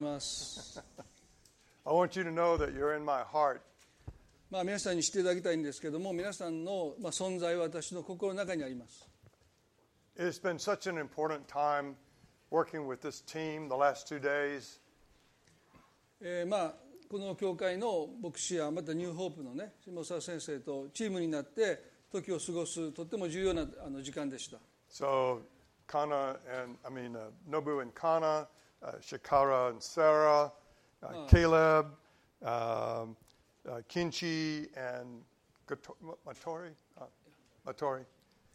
ます I want you to know that you're in my heart. まあ皆さんに知っていただきたいんですけども皆さんのまあ存在は私の心の中にあります It's been such an important time working with this team the last two days. えーまあこの教会の牧師やまたニューホープのね下沢先生とチームになって時を過ごすとっても重要なあの時間でした So, Kana and I mean uh, Nobu and Kana, uh, Shikara and Sarah, uh, Caleb, um, uh, Kinchi and Gato- Ma- Matori. Uh, Matori.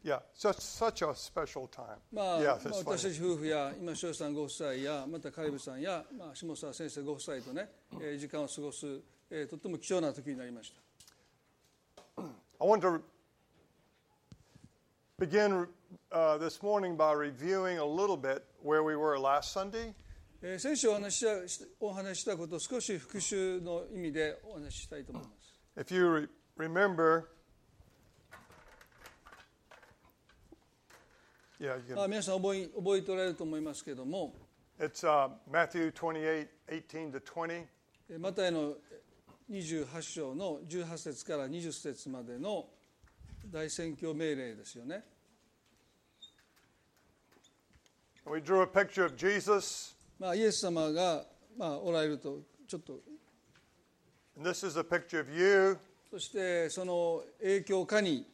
Yeah, such such a special time. まあ、 yeah, まあ私 that's た funny. ち夫婦や今塩さんご夫妻やまた海部さんや、まあ、下沢先生ご夫妻とね、えー時間を過ごす、えーとっても貴重な時になりました I want to begin uh, this morning by reviewing a little bit where we were last Sunday. えー先週お話ししたしお話ししたことを少し復習の意味でお話ししたいと思います。 If you re- remember, yeah, you まあ、 can, 皆さん覚え覚えておられると思いますけども、 it's uh, Matthew 28 18 to 20. えーマタイの28章の18節から20節までの大宣教命令ですよね。 We drew a picture of Jesus, まあ、イエス様が、まあ、おられるとちょっと and this is a picture of you. そしてその影響下に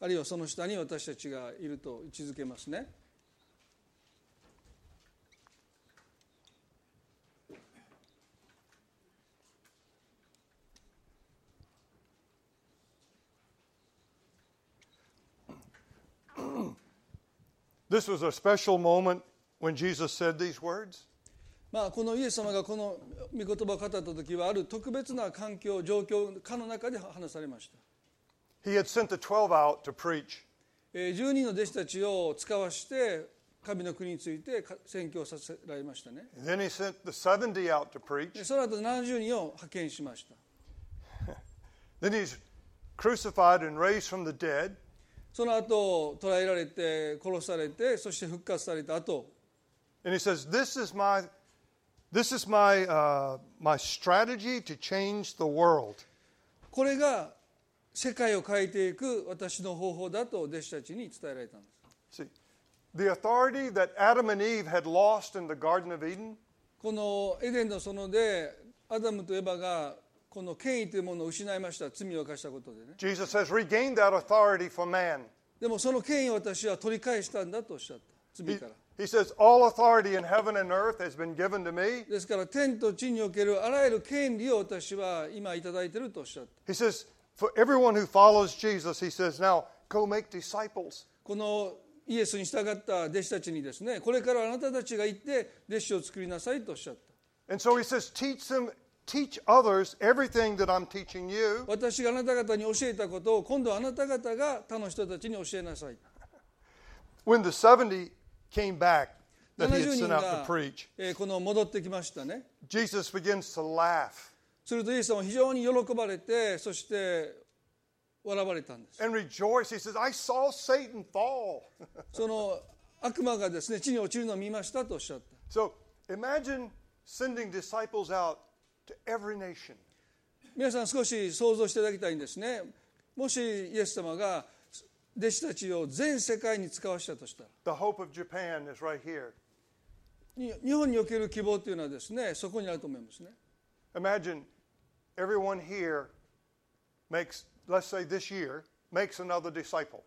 あるいはその下に私たちがいると位置づけますね。 This was a special moment when Jesus said these words. まあ、このイエス様がこの御言葉を語った時はある特別な環境状況下の中で話されました、 He had sent the 12 out to preach. えー12の弟子たちを使わして神の国についてか宣教させられましたね And then he sent the 70 out to preach. でその後70人を派遣しました Then he's crucified and raised from the dead. その後捕らえられて殺されてそして復活された後 And he says, This is my, this is my, uh, my strategy to change the world. これが世界を変えていく私の方法だと弟子たちに伝えられたんです See, the authority that Adam and Eve had lost in the Garden of Eden, このエデンの園でアダムとエバがこの権威というものを失いました罪を犯したことでね Jesus has regained that authority for man. でもその権威を私は取り返したんだとおっしゃった罪 He, から he says, All authority in heaven and earth has been given to me. ですから天と地におけるあらゆる権利を私は今いただいてるとおっしゃった He says, For everyone who follows Jesus, he says, Now go make disciples. このイエスに従った弟子たちにですねこれからあなたたちが行って弟子を作りなさいとおっしゃった And so he says, Teach them, teach others everything that I'm teaching you. 私があなた方に教えたことを今度はあなた方が他の人たちに教えなさい When the 70 came back that he had 70人 sent out to が、 preach, えーこの戻ってきましたね Jesus begins to laugh するとイエス様は非常に喜ばれてそして笑われたんです and rejoice. He says, I saw Satan fall. その悪魔がですね地に落ちるのを見ましたとおっしゃった so imagine sending disciples out to every nation. 皆さん少し想像していただきたいんですねもしイエス様が弟子たちを全世界に使わしたとしたら The hope of Japan is right here. に日本における希望というのはですねそこにあると思いますね Imagine everyone here makes, let's say this year, makes another disciple.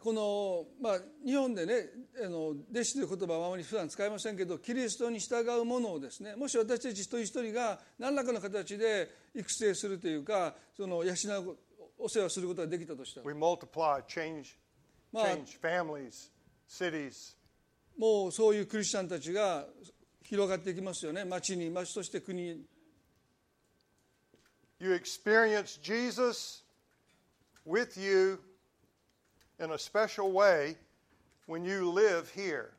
この、まあ、日本でねあの弟子という言葉はあまり普段使いませんけどキリストに従うものをですねもし私たち一人一人が何らかの形で育成するというかその養うお世話することができたとしたら We multiply, change, まあ change families, cities. もうそういうクリスチャンたちが広がっていきますよね町に町そして国に You experience Jesus with you in a special way when you live here.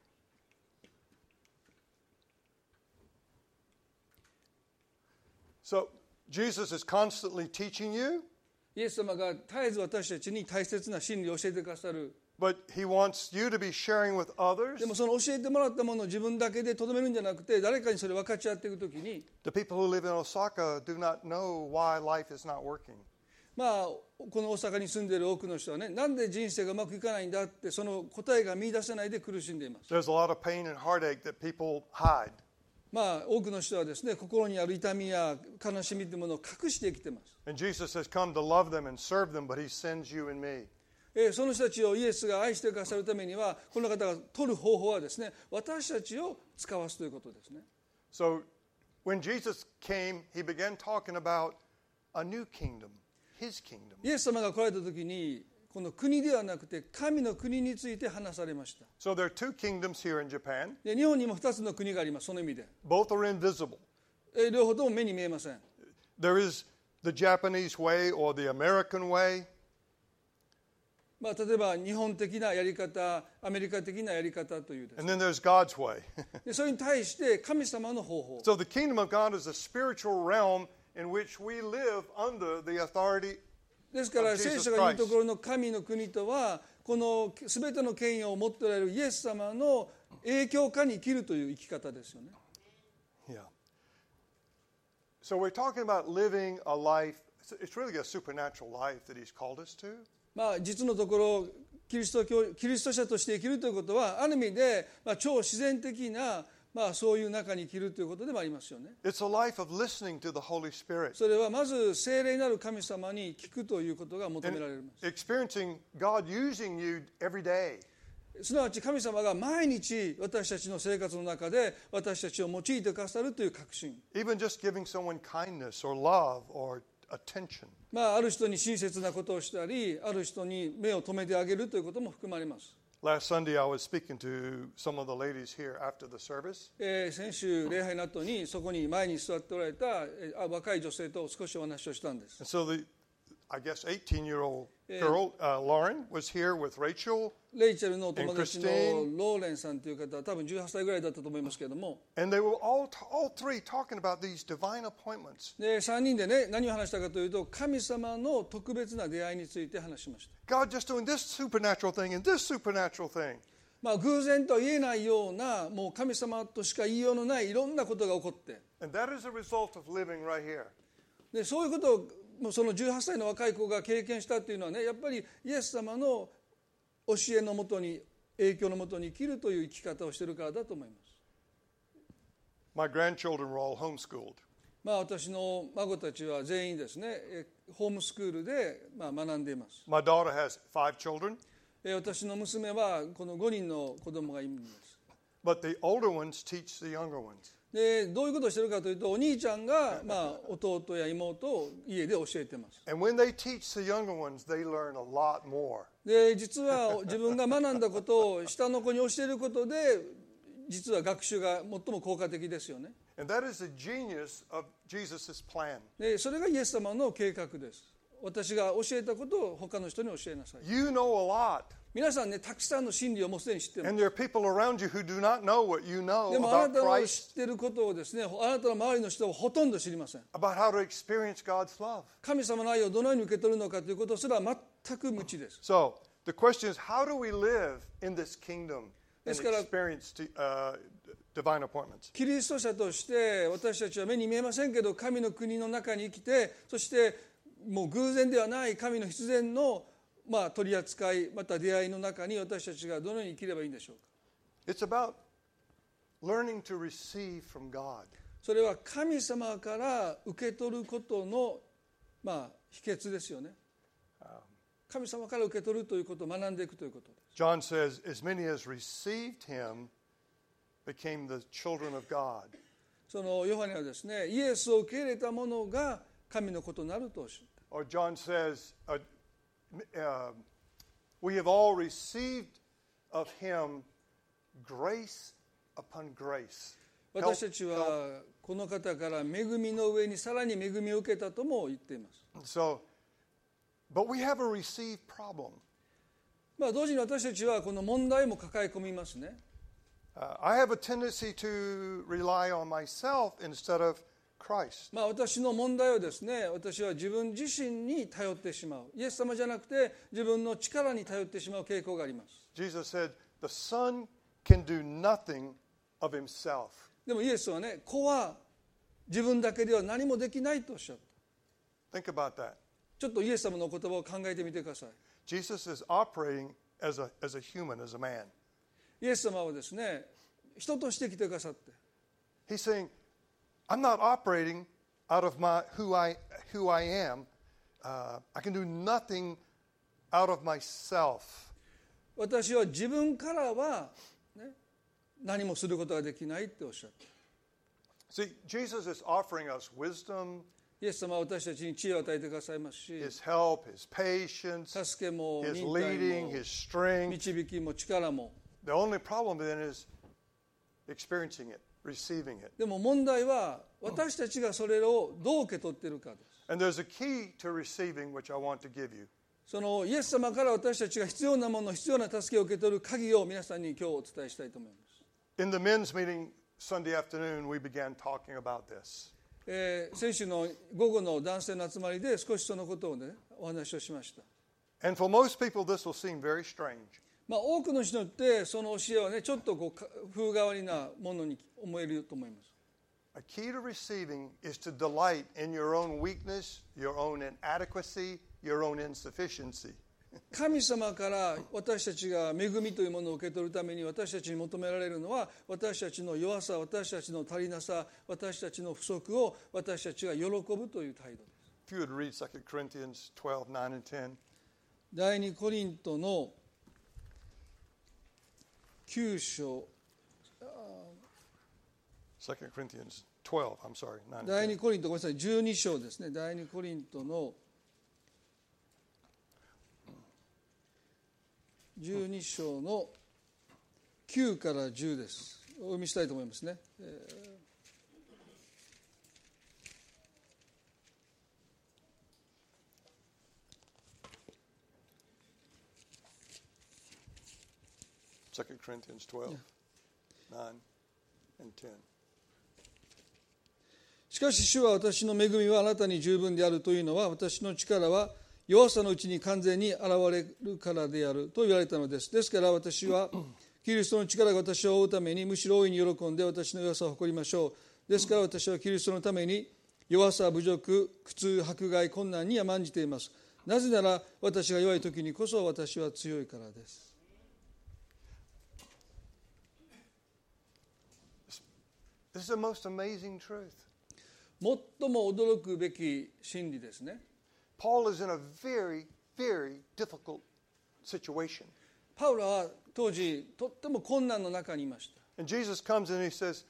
'So Jesus is constantly teaching you, イエス様が絶えず私たちに大切な真理を教えてくださる But he wants you to be sharing with others, でもその教えてもらったものを自分だけでとどめるんじゃなくて誰かにそれ分かち合っていくときに The people who live in Osaka do not know why life is not working. まあこの大阪に住んでいる多くの人はねなんで人生がうまくいかないんだってその答えが見出せないで苦しんでいます There's a lot of pain and heartache that people hide. まあ多くの人はですね心にある痛みや悲しみというものを隠して生きてます And Jesus has come to love them and serve them, but he sends you and me. えーその人たちをイエスが愛してくださるためにはこの方が取る方法はですね私たちを使わすということですね So when Jesus came, he began talking about a new kingdom, his kingdom. イエス様が来られた時にこの国ではなくて神の国について話されました So there are two kingdoms here in Japan. で日本にも2つの国がありますその意味で、 Both are invisible. えー両方とも目に見えません There is the Japanese way or the American way, まあ、例えば日本的なやり方アメリカ的なやり方というです and then there's God's way. でそれに対して神様の方法 so the kingdom of God is a spiritual realm in which we live under the authority ですから of Jesus 聖書が言うところの神の国とはこの全ての権威を持っておられるイエス様の影響下に生きるという生き方ですよね Yeah. So we're talking about living a life, it's- it's really a supernatural life that he's called us to. まあ実のところキリスト教キリスト者として生きるということはある意味で、まあ、超自然的な、まあ、そういう中に生きるということでもありますよね It's a life of listening to the Holy Spirit それはまず聖霊なる神様に聞くということが求められます experiencing God using you every day. すなわち神様が毎日私たちの生活の中で私たちを用いてくださるという確信、 Even just giving someone kindness or love or attention. まあ、ある人に親切なことをしたりある人に目を留めてあげるということも含まれます、 Last Sunday, I was speaking to some of the ladies here after the service, えー先週礼拝の後にそこに前に座っておられたえーあ若い女性と少しお話をしたんです and so the, I guess, 18-year-old girl uh, Lauren was here with Rachel, レイチェルのお友達の Christine ローレンさんという方は多分18歳ぐらいだったと思いますけれども and they were all t- all three talking about these divine appointments. で3人でね何を話したかというと神様の特別な出会いについて話しました、 God just doing this supernatural thing and this supernatural thing. まあ、偶然とは言えないようなもう神様としか言いようのないいろんなことが起こって And that is a result of living right here. でそういうことをもうその18歳の若い子が経験したっていうのはねやっぱりイエス様の教えのもとに影響のもとに生きるという生き方をしてるからだと思います。 My grandchildren were all homeschooled. まあ、私の孫たちは全員ですねえホームスクールでまあ学んでいます。 My daughter has five children, え私の娘はこの5人の子供がいるんです。 but the older ones teach the younger ones. でどういうことをしてるかというとお兄ちゃんがまあ弟や妹を家で教えてます。 And when they teach the younger ones, they learn a lot more. で実は自分が学んだことを下の子に教えることで実は学習が最も効果的ですよね And that is the genius of Jesus' plan. でそれがイエス様の計画です私が教えたことを他の人に教えなさい You know a lot, 皆さんねたくさんの真理をもうすでに知ってます and there are people around you who do not know what you know でもあ about なたの Christ, 知ってることをですねあなたの周りの人はほとんど知りません about how to experience God's love. 神様の愛をどのように受け取るのかということすら全く無知です So the question is, how do we live in this kingdom and Let's get a- experience di- uh, divine appointments? キリスト者として私たちは目に見えませんけど神の国の中に生きてそしてもう偶然ではない神の必然のまあ取り扱いまた出会いの中に私たちがどのように生きればいいんでしょうか It's about learning to receive from God. それは神様から受け取ることのまあ秘訣ですよね神様から受け取るということを学んでいくということ John says, as many as received him became the children of God. そのヨハネはですねイエスを受け入れた者が神の子となるとおっしゃった Or John says, uh, uh, we have all received of him grace upon grace. 私たちはこの方から恵みの上にさらに恵みを受けたとも言っています。 So, but we have a received problem. まあ同時に私たちはこの問題も抱え込みますね。 Uh, I have a tendency to rely on myself instead of Christ. まあ、私の問題はですね私は自分自身に頼ってしまうイエス様じゃなくて自分の力に頼ってしまう傾向があります Jesus said, The Son can do nothing of himself. でもイエスはね子は自分だけでは何もできないとおっしゃった Think about that. ちょっとイエス様のお言葉を考えてみてくださ Jesus is operating as a, as a human, as a man. いイエス様はですね人として来てくださって He's saying, I'm not operating out of my who I who I am. Uh, I can do nothing out of myself. 私は自分からは、ね、何もすることができないっておっしゃった See, Jesus is offering us wisdom, イエス様は私たちに知恵を与えてくださいますし His help, His patience, 助けも His 忍耐 leading, も His strength. 導きも力も The only problem then is experiencing it, receiving it. でも問題は私たちがそれをどう受け取ってるかです And there's a key to receiving which I want to give you. そのイエス様から私たちが必要なもの必要な助けを受け取る鍵を皆さんに今日お伝えしたいと思います、 In the men's meeting Sunday afternoon, we began talking about this. えー先週の午後の男性の集まりで少しそのことをねお話をしました、 And for most people, this will seem very strange. まあ、多くの人にとってその教えはねちょっとこうか風変わりなものに思えると思います A key to receiving is to delight in your own weakness, your own inadequacy, your own insufficiency. 神様から私たちが恵みというものを受け取るために私たちに求められるのは私たちの弱さ私たちの足りなさ私たちの不足を私たちが喜ぶという態度です If you would read 2 Corinthians 12, 9 and 10. 第2コリントの9章2 Corinthians 12, I'm sorry, 9and 第 10. 2コリントごめんなさい12章ですね第2コリントの12章の9から10ですお読みしたいと思いますね2 Corinthians 12, 9 and 10. しかし主は私の恵みはあなたに十分であるというのは私の力は弱さのうちに完全に現れるからであると言われたのですですから私は キリストの力が私を追うためにむしろ大いに喜んで私の弱さを誇りましょうですから私はキリストのために弱さ侮辱苦痛迫害困難に甘んじていますなぜなら私が弱い時にこそ私は強いからです This is the most amazing truth. 最も驚くべき真理ですね Paul is in a very, very difficult situation. パウラは当時とっても困難の中にいました And Jesus comes and he says,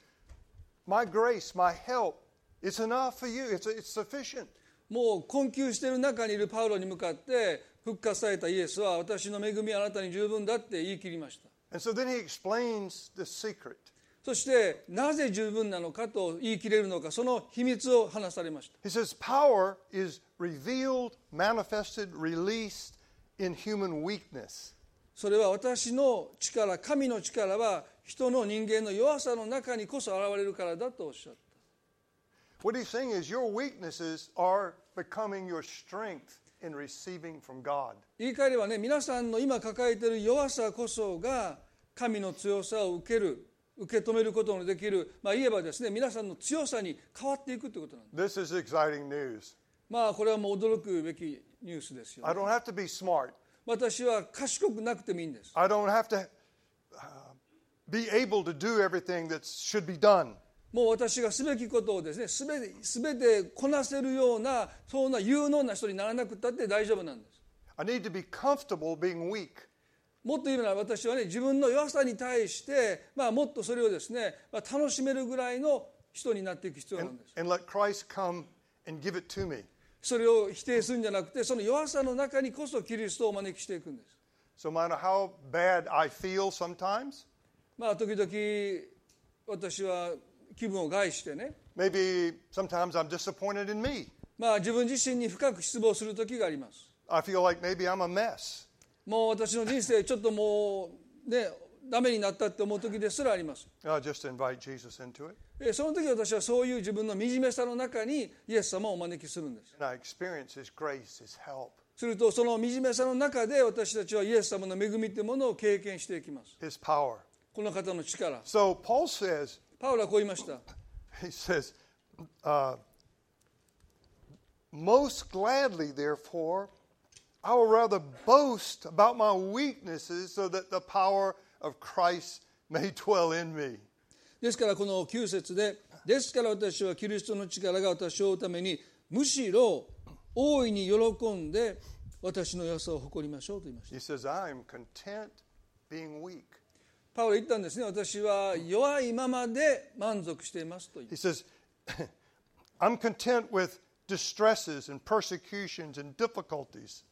My grace, my help, it's enough for you, it's, it's sufficient. もう困窮している中にいるパウロに向かって復活されたイエスは私の恵みはあなたに十分だって言い切りました And so then he explains the secret. そしてなぜ十分なのかと言い切れるのかその秘密を話されました He says, Power is revealed, manifested, released in human weakness. それは私の力神の力は人の人間の弱さの中にこそ現れるからだとおっしゃった What he's saying is, your weaknesses are becoming your strength in receiving from God. 言い換えればね皆さんの今抱えている弱さこそが神の強さを受ける受け止めることのできるまあ言えばですね皆さんの強さに変わっていくということなんです This is exciting news. まあこれはもう驚くべきニュースですよ、 I ね、 don't have to be smart, 私は賢くなくてもいいんです。 I don't have to uh, be able to do everything that should be done. もう私がすべきことをですね、すべて、すべてこなせるような、そんな有能な人にならなくたって大丈夫なんです。 I need to be comfortable being weak. もっと言うなら私はね、自分の弱さに対して、まあもっとそれをですね、まあ、楽しめるぐらいの人になっていく必要なんです。 and let Christ come and give it to me. それを否定するんじゃなくて、その弱さの中にこそキリストをお招きしていくんです。 So, no matter how bad I feel sometimes, まあ時々私は気分を害してね、 maybe sometimes I'm disappointed in me. まあ自分自身に深く失望する時があります。 I feel like maybe I'm a mess. もう私の人生ちょっともうねダメになったって思う時ですらあります Uh, just invite Jesus into it. えーその時私はそういう自分の惨めさの中にイエス様をお招きするんです And I experience His grace, His help, するとその惨めさの中で私たちはイエス様の恵みというものを経験していきます His power. この方の力 So Paul says, パウロはこう言いました he says, uh, most gladly, therefore, I will rather boast about my weaknesses so that the power of Christ may dwell in me. ですからこの9節で「ですから私はキリストの力が私を追うためにむしろ大いに喜んで私の良さを誇りましょう」と言いました He says, I am content being weak. パウロ言ったんですね私は弱いままで満足していますと言い He says, I'm content with distresses and persecutions and difficulties.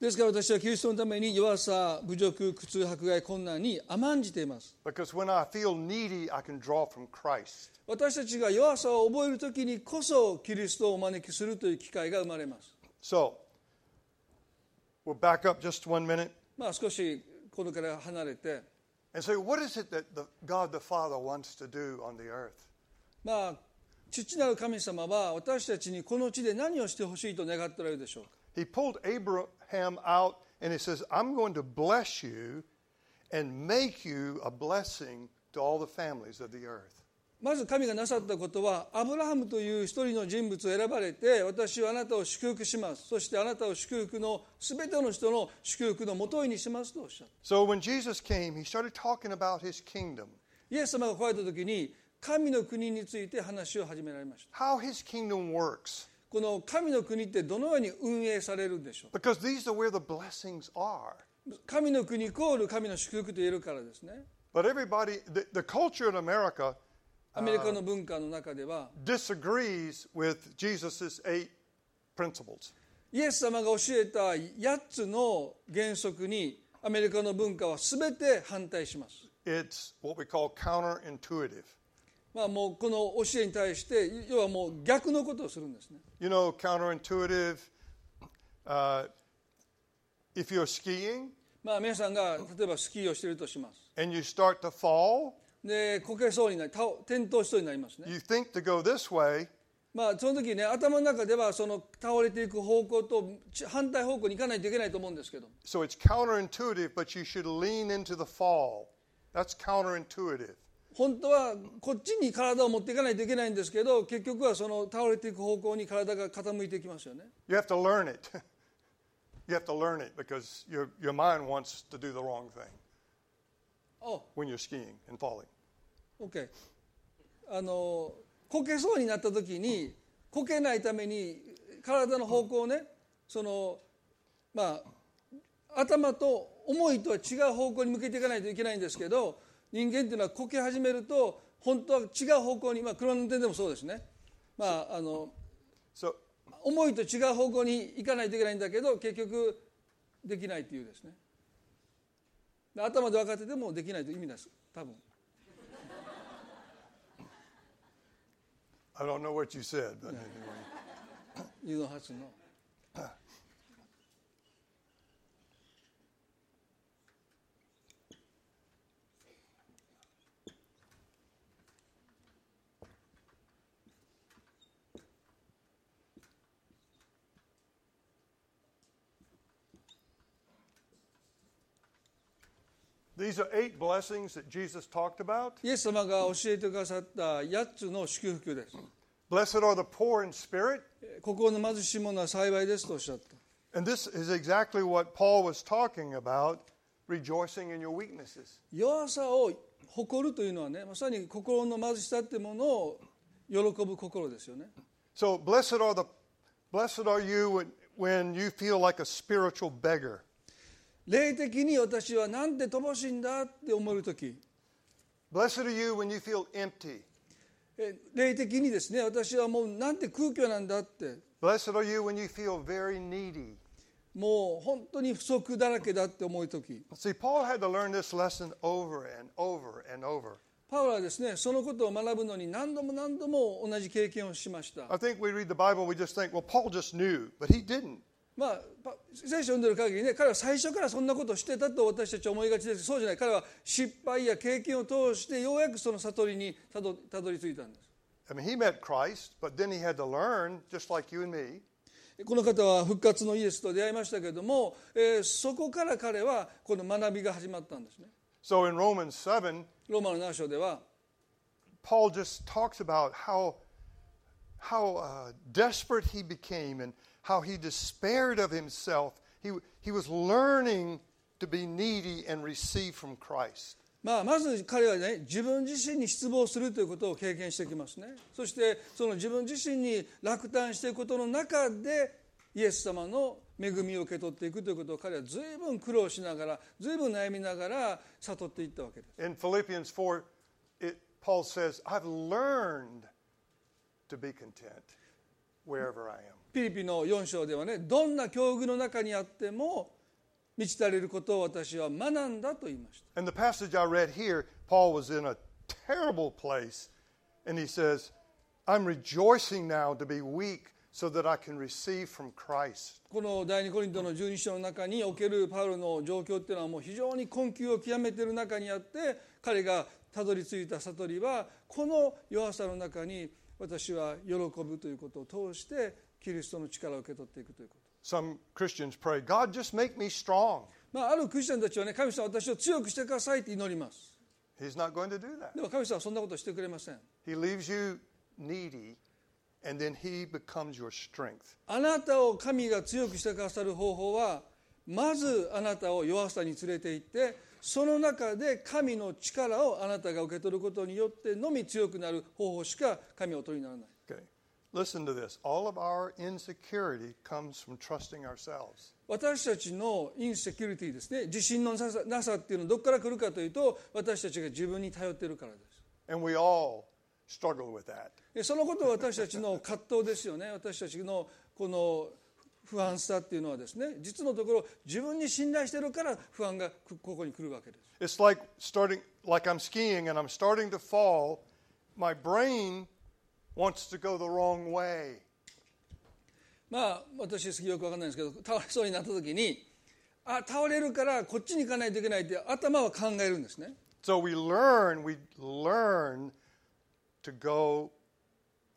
ですから私はキリストのために弱さ侮辱苦痛迫害困難に甘んじています Because when I feel needy, I can draw from Christ. 私たちが弱さを覚える時にこそキリストをお招きするという機会が生まれます So, we'll back up just one minute まあ少しこのから離れて and say, what is it that the, God the Father wants to do on the earth? まあ父なる神様は私たちにこの地で何をしてほしいと願っておられるでしょうか He pulled Abraham out and he says, I'm going to bless you and make you a blessing to all the families of the earth. まず神がなさったことはアブラハムという一人の人物を選ばれて私はあなたを祝福しますそしてあなたを祝福の全ての人の祝福のもといにしますとおっしゃっ So, when Jesus came, he started talking about his kingdom, たイエス様が来られた時に神の国について話を始められました how his kingdom works, この神の国ってどのように運営されるんでしょ because these are where the blessings are. う神の国イコール神の祝福と言えるからですね But everybody, the, the culture in America アメリカの文化の中では disagrees with Jesus' eight principles. イエス様が教えた8つの原則にアメリカの文化は全て反対します。 It's what we call counterintuitive. まあ、もうこの教えに対して要はもう逆のことをするんですね。 You know, counterintuitive, uh, if you're skiing まあ、皆さんが例えばスキーをしているとします。 and you start to fall, でこけそうになり倒転倒しそうになりますね。 you think to go this way, まあその時ね頭の中ではその倒れていく方向とち反対方向に行かないといけないと思うんですけど so it's counterintuitive, but you should lean into the fall. That's counterintuitive. 本当はこっちに体を持っていかないといけないんですけど結局はその倒れていく方向に体が傾いていきますよね。 You have to learn it. you have to learn it because your, your mind wants to do the wrong thing あ when you're skiing and falling. OK あのこけそうになった時にこけないために体の方向をねそのまあ頭と思いとは違う方向に向けていかないといけないんですけど人間っていうのはこけ始めると本当は違う方向にまあ車の運転でもそうですねまああの So 思いと違う方向に行かないといけないんだけど結局できないというですねで頭で分かっててもできないという意味です多分 I don't know what you said, but anyway. 誘導発の。 These are eight blessings that Jesus talked about. イエス様が教えてくださった8つの祝福です。 Blessed are the poor in spirit. えー心の貧しい者は幸いですとおっしゃった。 And this is exactly what Paul was talking about rejoicing in your weaknesses. 弱さを誇るというのはね、まさに心の貧しさってものを喜ぶ心ですよね。 So, blessed are, the, blessed are you when, when you feel like a spiritual beggar. 霊的に私はなんて乏しいんだって思えるとき、 Blessed are you when you feel empty. えー霊的にですね、私はもうなんて空虚なんだって、 Blessed are you when you feel very needy. もう本当に不足だらけだって思うとき、 See, Paul had to learn this lesson over and over and over. パウロはですね、そのことを学ぶのに何度も何度も同じ経験をしました。 I think we read the Bible, we just think, well, Paul just knew, but he didn't. まあ、パ聖書を読んでる限りね彼は最初からそんなことをしてたと私たちは思いがちですけどそうじゃない彼は失敗や経験を通してようやくその悟りにたどたどり着いたんです I mean, he met Christ, but then he had to learn, just like you and me, この方は復活のイエスと出会いましたけれども、えーそこから彼はこの学びが始まったんですね So in Romans 7, ローマの7章では Paul just talks about how, how uh, desperate he became and how he despaired of himself. He, he was learning to be needy and receive from Christ. まあ、まず彼はね自分自身に失望するということを経験してきますねそしてその自分自身に落胆していくことの中でイエス様の恵みを受け取っていくということを彼は随分苦労しながら随分悩みながら悟っていったわけです In Philippians 4, it, Paul says, I've learned to be content wherever I am. ピリピの4章ではねどんな境遇の中にあっても満ち足れることを私は学んだと言いました And the passage I read here, Paul was in a terrible place, and he says, I'm rejoicing now to be weak so that I can receive from Christ. この第二コリントの12章の中におけるパウロの状況っていうのはもう非常に困窮を極めている中にあって彼がたどり着いた悟りはこの弱さの中に私は喜ぶということを通してキリストの力を受け取っていくというこ Some Christians pray, God, just make me strong. と、まあ、あるクリスチャンたちはね神様私を強くしてくださいって祈ります He's not going to do that. でも神様はそんなことしてくれません He leaves you needy, and then He becomes your strength. あなたを神が強くしてくださる方法はまずあなたを弱さに連れて行ってその中で神の力をあなたが受け取ることによってのみ強くなる方法しか神はお取りにならない Okay. Listen to this. All of our insecurity comes from trusting ourselves. 私たちのインセキュリティですね自信のなさなさっていうのはどこから来るかというと私たちが自分に頼っているからです And we all struggle with that. でそのことは私たちの葛藤ですよね私たちのこの不安さっていうのはですね実のところ自分に信頼してるから不安がこここに来るわけです It's like starting, like I'm skiing and I'm starting to fall. My brain wants to go the wrong way. まあ私好きよく分かんないんですけど倒れそうになった時にあ倒れるからこっちに行かないといけないって頭は考えるんですね So we learn, we learn to go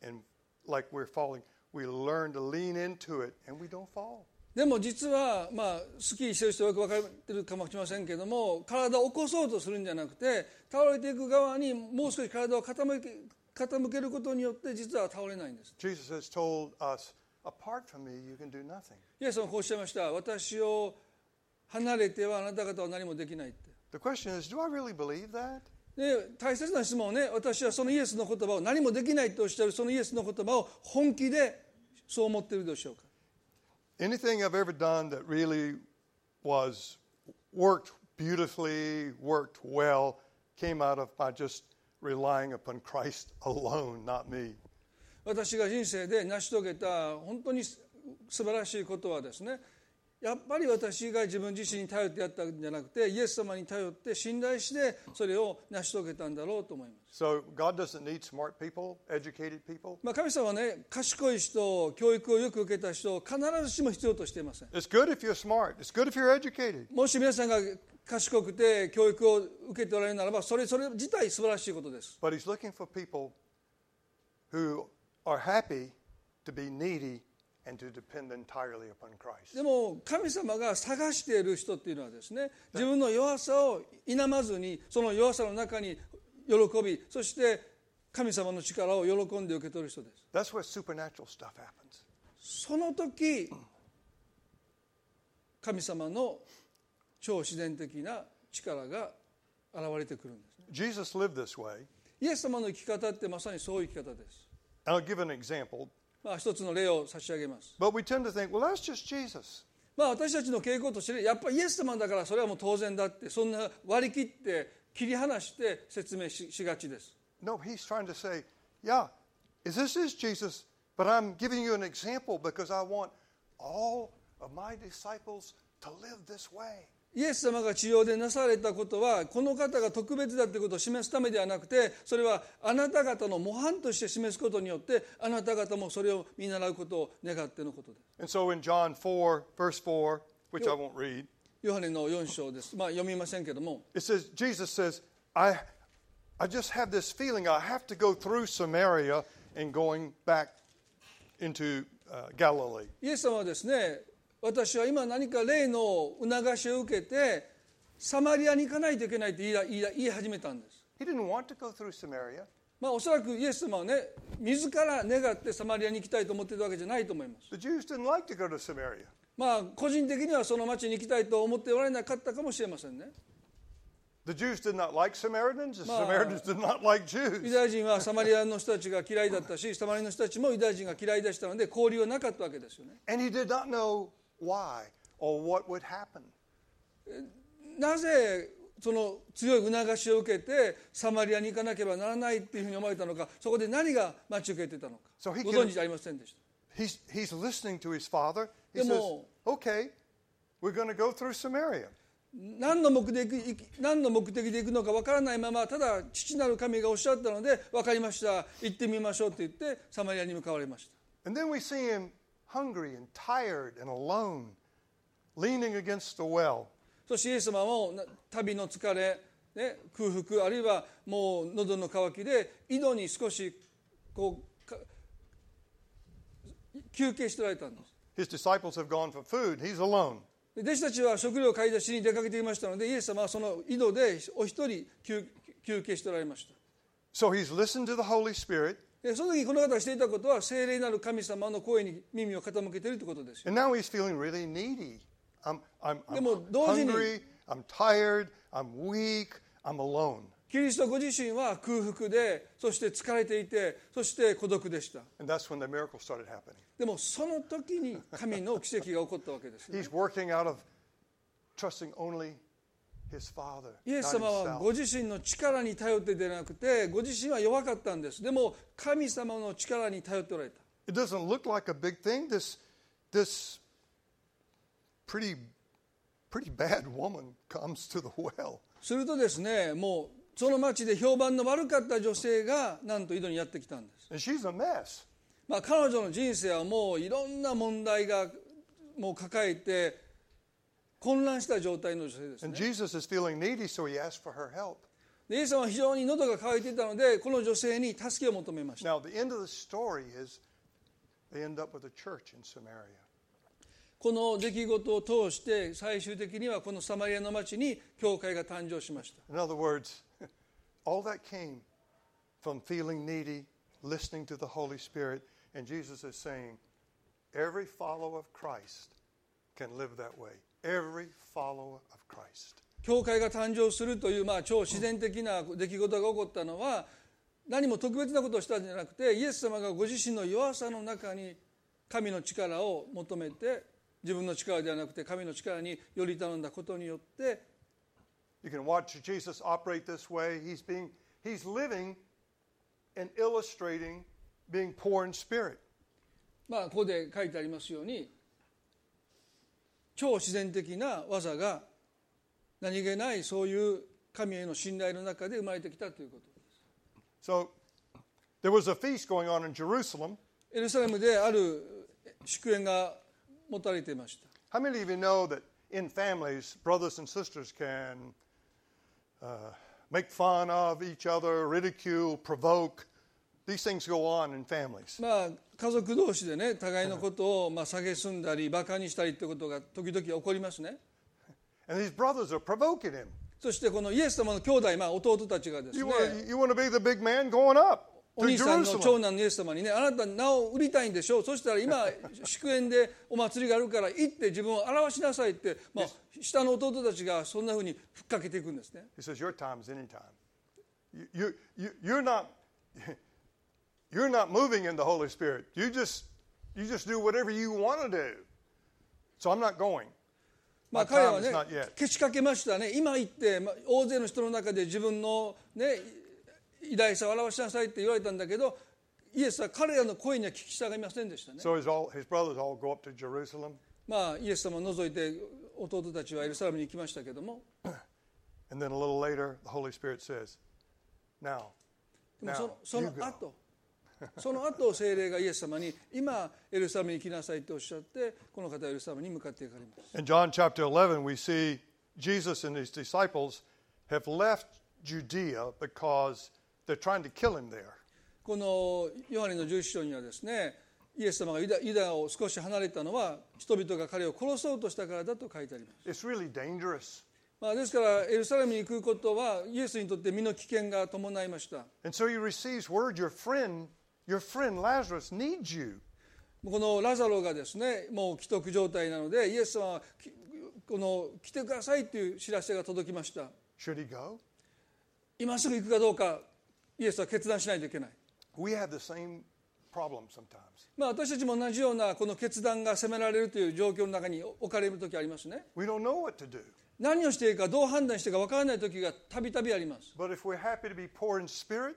and like we're falling, we learn to lean into it and we don't fall. でも実はまあスキーしてる人はよく分かってるかもしれませんけども体を起こそうとするんじゃなくて倒れていく側にもう少し体を傾け傾けることによって実は倒れないんです Jesus has told us, apart from me, you can do nothing. イエス様はこうおっしゃいました私を離れてはあなた方は何もできないって The question is, do I really believe that? で大切な質問をね私はそのイエスの言葉を何もできないとおっしゃるそのイエスの言葉を本気でそう思っているでしょうか Anything I've ever done that really was worked beautifully, worked well, came out of my just relying upon Christ alone, not me. 私が人生で成し遂げた本当に素晴らしいことはですねやっぱり私が自分自身に頼ってやったんじゃなくてイエス様に頼って信頼してそれを成し遂げたんだろうと思います So God doesn't need smart people, educated people. まあ神様はね賢い人教育をよく受けた人を必ずしも必要としていません It's good if you're smart. It's good if you're educated. もし皆さんが賢くて教育を受けておられるならばそれそれ自体素晴らしいことです But he's looking for people who are happy to be needy and to depend entirely upon Christ. でも神様が探している人っていうのはですね自分の弱さを否まずにその弱さの中に喜びそして神様の力を喜んで受け取る人です That's where supernatural stuff happens. その時神様の超自然的な力が現れてくるんですね Jesus lived this way. イエス様の生き方ってまさにそういう生き方です、 I'll give an example. まあ、一つの例を差し上げます But we tend to think, well, that's just Jesus. まあ私たちの傾向としてねやっぱりイエス様だからそれはもう当然だってそんな割り切って切り離して説明ししがちです No, he's trying to say, yeah, is this is Jesus, but I'm giving you an example because I want all of my disciples to live this way. イエス様が治療でなされたことはこの方が特別だということを示すためではなくてそれはあなた方の模範として示すことによってあなた方もそれを見習うことを願ってのことです And so in John 4, verse 4, which I won't read, ヨハネの4章です、まあ、読みませんけども it says, Jesus says, I, I just have this feeling I have to go through Samaria and going back into uh, Galilee. イエス様はですね私は今何か例の促しを受けてサマリアに行かないといけないと言いだ言いだ言い始めたんです He didn't want to go through Samaria. まあおそらくイエス様はね自ら願ってサマリアに行きたいと思っていたわけじゃないと思います The Jews didn't like to go to Samaria. まあ個人的にはその町に行きたいと思っておられなかったかもしれませんね The Jews did not like Samaritans. The Ma- Samaritans did not like ユ Jews. ダヤ人はサマリアの人たちが嫌いだったしサマリアの人たちもユダヤ人が嫌いでしたので交流はなかったわけですよね And he did not know why or what would happen. なぜその強い促しを受けてサマリアに行かなければならないっていうふうに思われたのかそこで何が待ち受けてたのか So he ご存知じゃありませんでした He's, he's listening to his father. He Yeah, says, well- okay, we're going to go through Samaria. 何の目的行き何の目的で行くのかわからないままただ父なる神がおっしゃったので分かりました行ってみましょうって言ってサマリアに向かわれました And then we see him hungry and tired and alone, leaning against a well. そしてイエス様もな旅の疲れ、ね、空腹あるいはもう喉の渇きで井戸に少しこうか休憩しておられたんです His disciples have gone for food. He's alone. で弟子たちは食料を買い出しに出かけていましたのでイエス様はその井戸でお一人休休憩しておられました So he's listened to the Holy Spirit. でその時この方がしていたことは聖霊なる神様の声に耳を傾けているということですよ And now he's feeling really needy. I'm, I'm, I'm でも同時に- hungry, I'm tired, I'm weak, I'm alone. キリストご自身は空腹でそして疲れていてそして孤独でした And that's when the miracle started happening. でもその時に神の奇跡が起こったわけです He's working out of trusting only his father. イエス not 様は himself. ご自身の力に頼ってでなくてご自身は弱かったんですでも神様の力に頼っておられた It doesn't look like a big thing. This, this pretty, pretty bad woman comes to the well. するとですねもうその町で評判の悪かった女性がなんと井戸にやってきたんです、 And she's a mess. まあ、彼女の人生はもういろんな問題がもう抱えて混乱した状態の女性です And ね Jesus is feeling needy, so he asks for her help. でイエス様は非常に喉が渇いていたのでこの女性に助けを求めました Now, the end of the story is they end up with a church in Samaria. この出来事を通して最終的にはこのサマリアの町に教会が誕生しました In other words, all that came from feeling needy, listening to the Holy Spirit, and Jesus is saying, every follower of Christ can live that way. Every follower of Christ. 教会が誕生するという、まあ、超自然的な出来事が起こったのは何も特別なことをしたんじゃなくてイエス様がご自身の弱さの中に神の力を求めて自分の力ではなくて神の力により頼んだことによって You can watch Jesus operate this way. He's being he's living and illustrating being poor in spirit. まあここで書いてありますように超自然的な技が何気ないそういう神への信頼の中で生まれてきたということ。 So there was a feast going on in Jerusalem. エルサレムである祝宴が持たれていました。 How many of you know that in families, brothers and sisters can uh, make fun of each other, ridicule, provoke? These things go on in families. まあ、家族同士でね互いのことをまあ蔑んだり馬鹿にしたりってことが時々起こりますね And these brothers are provoking him. そしてこのイエス様の兄弟、まあ、弟たちがです You ね want, you want to be the big man going up お to 兄さんの長 Jerusalem. 男のイエス様にねあなた名を売りたいんでしょうそしたら今祝宴でお祭りがあるから行って自分を表しなさいって、まあ、下の弟たちがそんなふうにふっかけていくんですね He says, "Your time's any time. You, you, you, you're not, you're not moving in the Holy Spirit. You just, you just do whatever you want to do. So I'm not going." ま My あ、彼 time は is ね not yet. けしかけましたね今行ってまあ大勢の人の中で自分の、ね、偉大さを表しなさいって言われたんだけどイエスは彼らの声には聞き従いませんでしたね、 So his all his brothers all go up to Jerusalem. まあ、イエス様を除いて弟たちはエルサレムに行きましたけども And then a little later, the Holy Spirit says, Now, でもそのそ now, you の go. 後その後精霊がイエス様に今エルサレムに行きなさいとおっしゃってこの方はエルサレムに向かっていかれます In John chapter 11, we see Jesus and his disciples have left Judea because they're trying to kill him there. このヨハネの十一章にはですねイエス様がユダユダを少し離れたのは人々が彼を殺そうとしたからだと書いてあります、 It's really dangerous. まあ、ですからエルサレムに行くことはイエスにとって身の危険が伴いました And so he receives word your friend, your friend Lazarus needs you. このラザロがですねもう既得状態なのでイエス様はきこの来てくださいという知らせが届きました Should he go? 今すぐ行くかどうかイエスは決断しないといけない We have the same problem sometimes. まあ私たちも同じようなこの決断が責められるという状況の中に置かれる時ありますね We don't know what to do. 何をしていいかどう判断していいか分からない時がたびたびあります But if we're happy to be poor in spirit,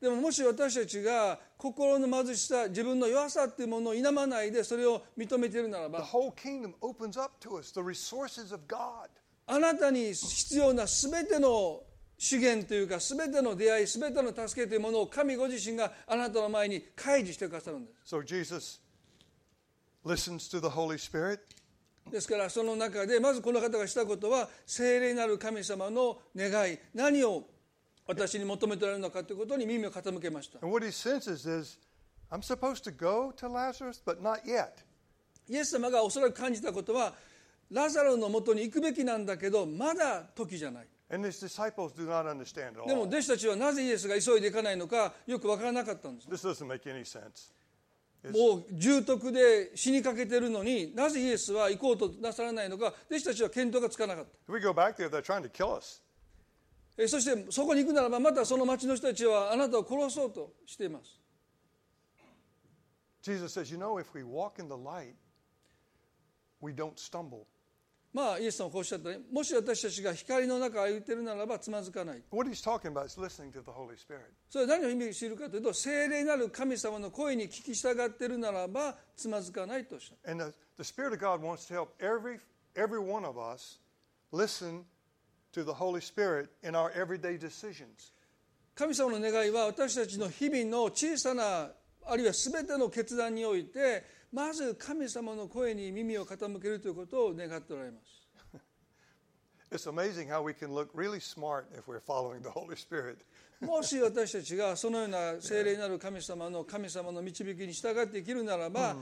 でももし私たちが心の貧しさ自分の弱さっていうものを否まないでそれを認めているなら the ば whole kingdom opens up to us, the resources of God. あなたに必要な全ての資源というか全ての出会い全ての助けというものを神ご自身があなたの前に開示してくださるんです So Jesus listens to the Holy Spirit ですからその中でまずこの方がしたことは聖霊なる神様の願い何を私に求めておられるのかということに耳を傾けました And what he senses is, I'm supposed to go to Lazarus, but not yet. イエス様がおそらく感じたことはラザロのもとに行くべきなんだけどまだ時じゃない And his disciples do not understand at でも all. 弟子たちはなぜイエスが急いで行かないのかよく分からなかったんです This doesn't make any sense. もう重篤で死にかけてるのになぜイエスは行こうとなさらないのか弟子たちは見当がつかなかった If we go back there, they're trying to kill us. えそしてそこに行くならばまたその町の人たちはあなたを殺そうとしています Jesus says, You know, if we walk in the light, we don't stumble. まあイエスさんはこうおっしゃったねもし私たちが光の中を歩いてるならばつまずかない What he's talking about is listening to the Holy Spirit. それは何を意味しているかというと聖霊なる神様の声に聞き従ってるならばつまずかないとおっしゃる And the, the Spirit of God wants to help every, every one of us listen to the Holy Spirit in our everyday decisions. 神様の願いは私たちの日々の小さなあるいは全ての決断においてまず神様の声に耳を傾けるということを願っておられます It's amazing how we can look really smart if we're following the Holy Spirit. もし私たちがそのような聖霊なる神様の神様の導きに従って生きるならば、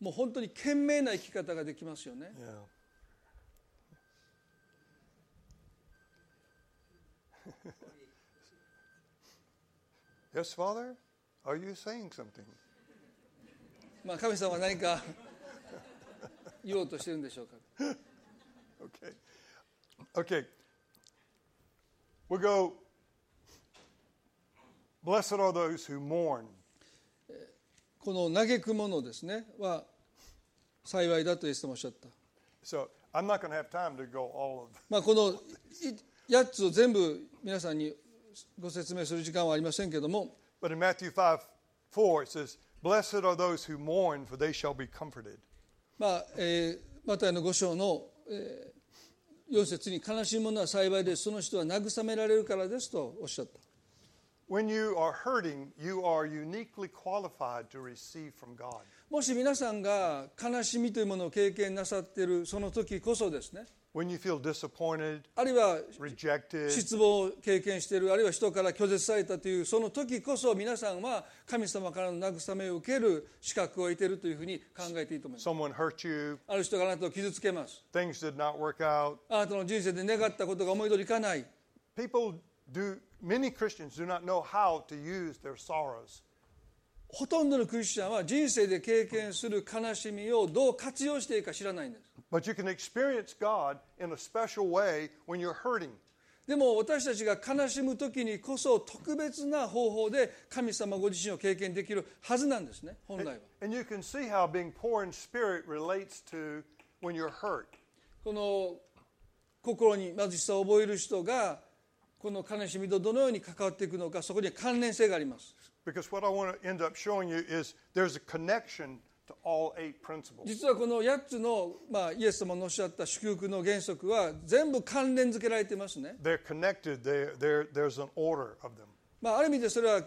もう本当に賢明な生き方ができますよね Yeah. yes, Father? Are you saying something? まあ神様は何か言おうとしてるんでしょうか Okay. Okay. We'll go. Blessed are those who mourn. この嘆くものですねは幸いだとイエス様はおっしゃった、 So I'm not going to have time to go all of まあ、この8つを全部皆さんにご説明する時間はありませんけども But in Matthew 5 4, it says, Blessed are those who mourn, for they shall be comforted. まあ、えーマタイの5章の、え4節に悲しいものは幸いですその人は慰められるからですとおっしゃった When you are hurting, you are uniquely qualified to receive from God. もし皆さんが悲しみというものを経験なさっているその時こそですね When you feel disappointed, あるいは rejected, 失望を経験しているあるいは人から拒絶されたというその時こそ皆さんは神様からの慰めを受ける資格を得ているというふうに考えていいと思います someone hurt you, ある人があなたを傷つけます things did not work out. あなたの人生で願ったことが思い通りいかない People do, many Christians do not know how to use their sorrows. ほとんどのクリスチャンは人生で経験する悲しみをどう活用していいか知らないんです But you can experience God in a special way when you're hurting. でも私たちが悲しむ時にこそ特別な方法で神様ご自身を経験できるはずなんですね本来は And you can see how being poor in spirit relates to when you're hurt. この心に貧しさを覚える人がこの悲しみとどのように関わっていくのかそこには関連性があります Because what I want to end up showing you is there's a connection to all eight principles. 実はこの8つの、まあ、イエス様のおっしゃった祝福の原則は全部関連づけられてますね、 They're connected, they they're, there's an order of them. まあ、ある意味でそれは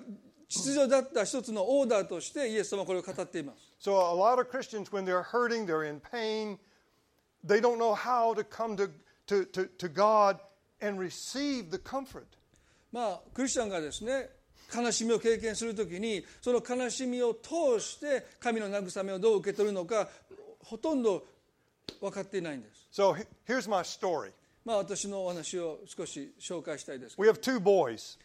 秩序だった一つのオーダーとしてイエス様はこれを語っています So, a lot of Christians, when they're hurting, they're in pain, they don't know how to come to, to, to, to God and receive the comfort. まあ、クリスチャンがですね悲しみを経験するときにその悲しみを通して神の慰めをどう受け取るのかほとんど分かっていないんです、 So, he- here's my story まあ、私のお話を少し紹介したいです、 we have two boys,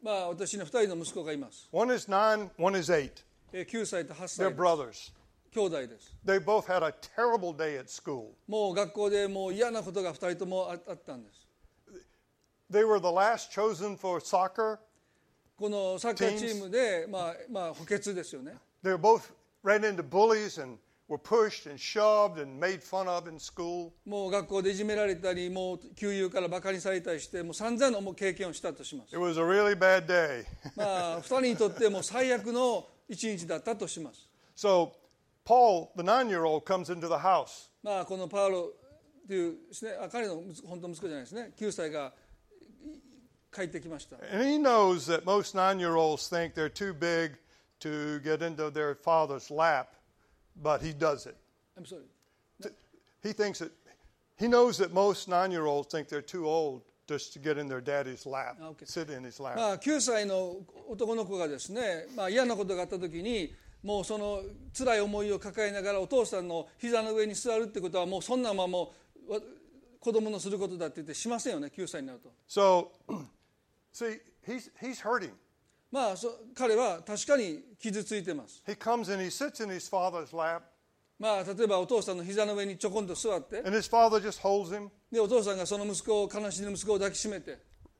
まあ、私の2人の息子がいます、 one is nine, one is eight. えー9歳と8 They're 歳です brothers. 兄弟です They both had a terrible day at school. もう学校でもう嫌なことが2人ともああったんです They were the last chosen for soccer. このサッカーチームで、まあまあ、補欠ですよね They were both ran into bullies and were pushed and shoved and made fun of in school. もう学校でいじめられたりもう給油からバカにされたりしてもう散々なもう経験をしたとします It was a really bad day. まあ、2人にとっても最悪の一日だったとします。 So Paul, the nine-year-old, comes into the house. まあ、このパウロというです、ね、あ彼の息子本当の息子じゃないですね、9歳がい帰ってきました。 And he knows that most nine-year-olds think they're too big to get into their father's lap, but he does it. I'm sorry. He thinks that he knows that most nine-year-olds think they're too old just to get in their daddy's lap, Okay. sit in his lap. まあ、9歳の男の子がですね、まあ、嫌なことがあった時に、もうその辛い思いを抱えながらお父さんの膝の上に座るってことは、もうそんなままもうわ子供のすることだって言ってしませんよね、9歳になると。 So, see, he's, he's hurting. まあ、そ彼は確かに傷ついてます。 He comes and he sits in his father's lap, まあ、例えばお父さんの膝の上にちょこんと座って、 and his father just holds him, でお父さんがその息子を悲しんでる息子を抱きしめて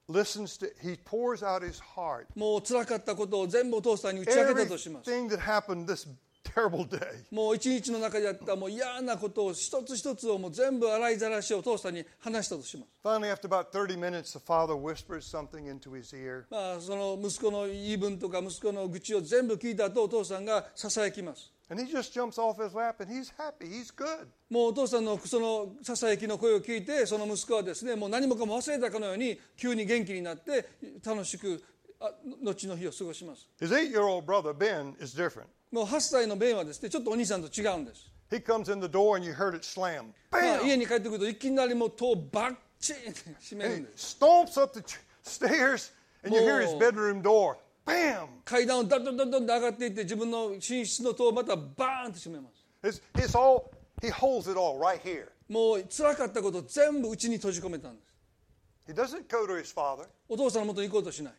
listens to, he pours out his heart. もう辛かったことを全部お父さんに打ち明けたとします Everything that happened this terrible day. もう一日の中であったもう嫌なことを一つ一つをもう全部洗いざらしお父さんに話したとします Finally, after about 30 minutes, the father whispers something into his ear. まあその息子の言い分とか息子の愚痴を全部聞いた後お父さんがささやきます And he just jumps off his lap and he's happy. He's good. もうお父さんのそのささやきの声を聞いてその息子はですねもう何もかも忘れたかのように急に元気になって楽しくあ後の日を過ごします His eight year old brother, Ben, is different. もう8歳のベンはですねちょっとお兄さんと違うんです He comes in the door and you heard it slam. まあ、 Bam! 家に帰ってくるといきなりもう戸をバッチンって閉め And る he んです stomps up the ch- stairs and you hear his Whoa. bedroom door. Bam! 階段をダドダドンと上がっていって自分の寝室の戸をまたバーンって閉めます It's, it's all, he holds it all right here. もう辛かったこと全部うちに閉じ込めたんです He doesn't go to his father. お父さんのもとに行こうとしない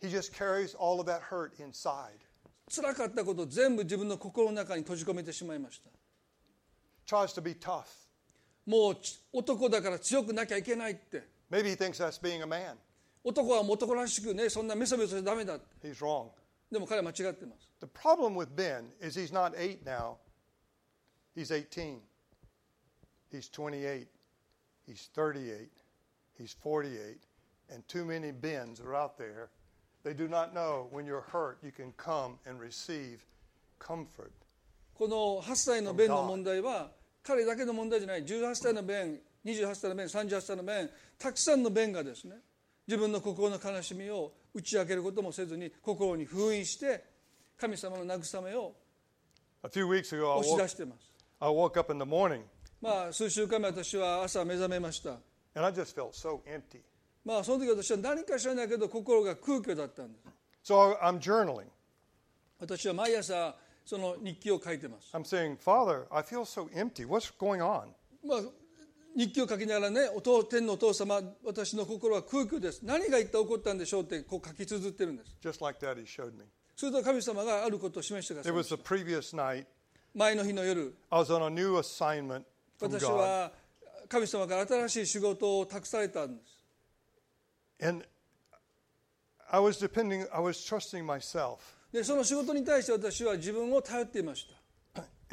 He just carries all of that hurt inside. 辛かったこと全部自分の心の中に閉じ込めてしまいました Tries to be tough. もうち男だから強くなきゃいけないって Maybe he thinks that's being a man. 男はもう男らしくねそんなメソメソしちゃダメだって He's wrong. でも彼は間違ってます The problem with Ben is he's not eight now. He's 18. He's 28. He's 38. He's 48. And too many Bens are out there. They do not know when you're hurt, you can come and receive comfort. この8歳のベンの問題は彼だけの問題じゃない18歳のベン28歳のベン38歳のベンたくさんのベンがですね自分の心の悲しみを打ち明けることもせずに心に封印して神様の慰めを A few weeks ago, I 押し woke, 出してます、 I woke up in the morning まあ数週間前私は朝目覚めました and I just felt so empty. まあその時私は何か知らないけど心が空虚だったんです So I'm journaling. 私は毎朝その日記を書いてます I'm saying, Father, I feel so empty. What's going on? まあ、日記を書きながらねお父天のお父様私の心は空虚です何が一体起こったんでしょうってこう書き綴ってるんです Just like that, he showed me. すると神様があることを示してくださ It いま was した the previous night. 前の日の夜 I was on a new assignment from 私 God. は神様から新しい仕事を託されたんです And I was depending, I was trusting myself. でその仕事に対して私は自分を頼っていました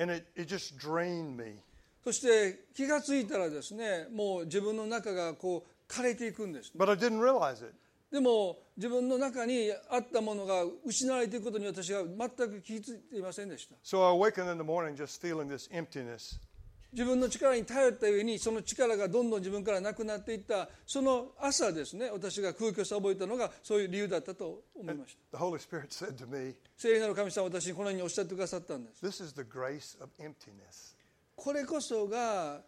And it, it just drained me. そして気がついたらですねもう自分の中がこう枯れていくんです But I didn't realize it. でも自分の中にあったものが失われていくことに私は全く気づいていませんでした So I awaken in the morning just feeling this emptiness. 自分の力に頼った上にその力がどんどん自分からなくなっていったその朝ですね私が空虚さを覚えたのがそういう理由だったと思いました The Holy Spirit said to me, 聖霊なる神様は私にこのようにおっしゃってくださったんです This is the grace of emptiness. これこそが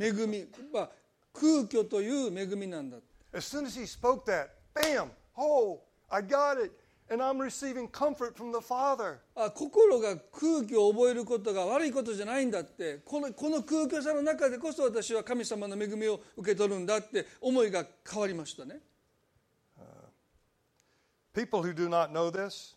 恵み、 まあ、空虚という恵みなんだ As soon as he spoke that, bam, oh, I got it. And I'm receiving comfort from the Father. あ心が空虚を覚えることが悪いことじゃないんだってこのこの空虚さの中でこそ私は神様の恵みを受け取るんだって思いが変わりましたね People who do not know this,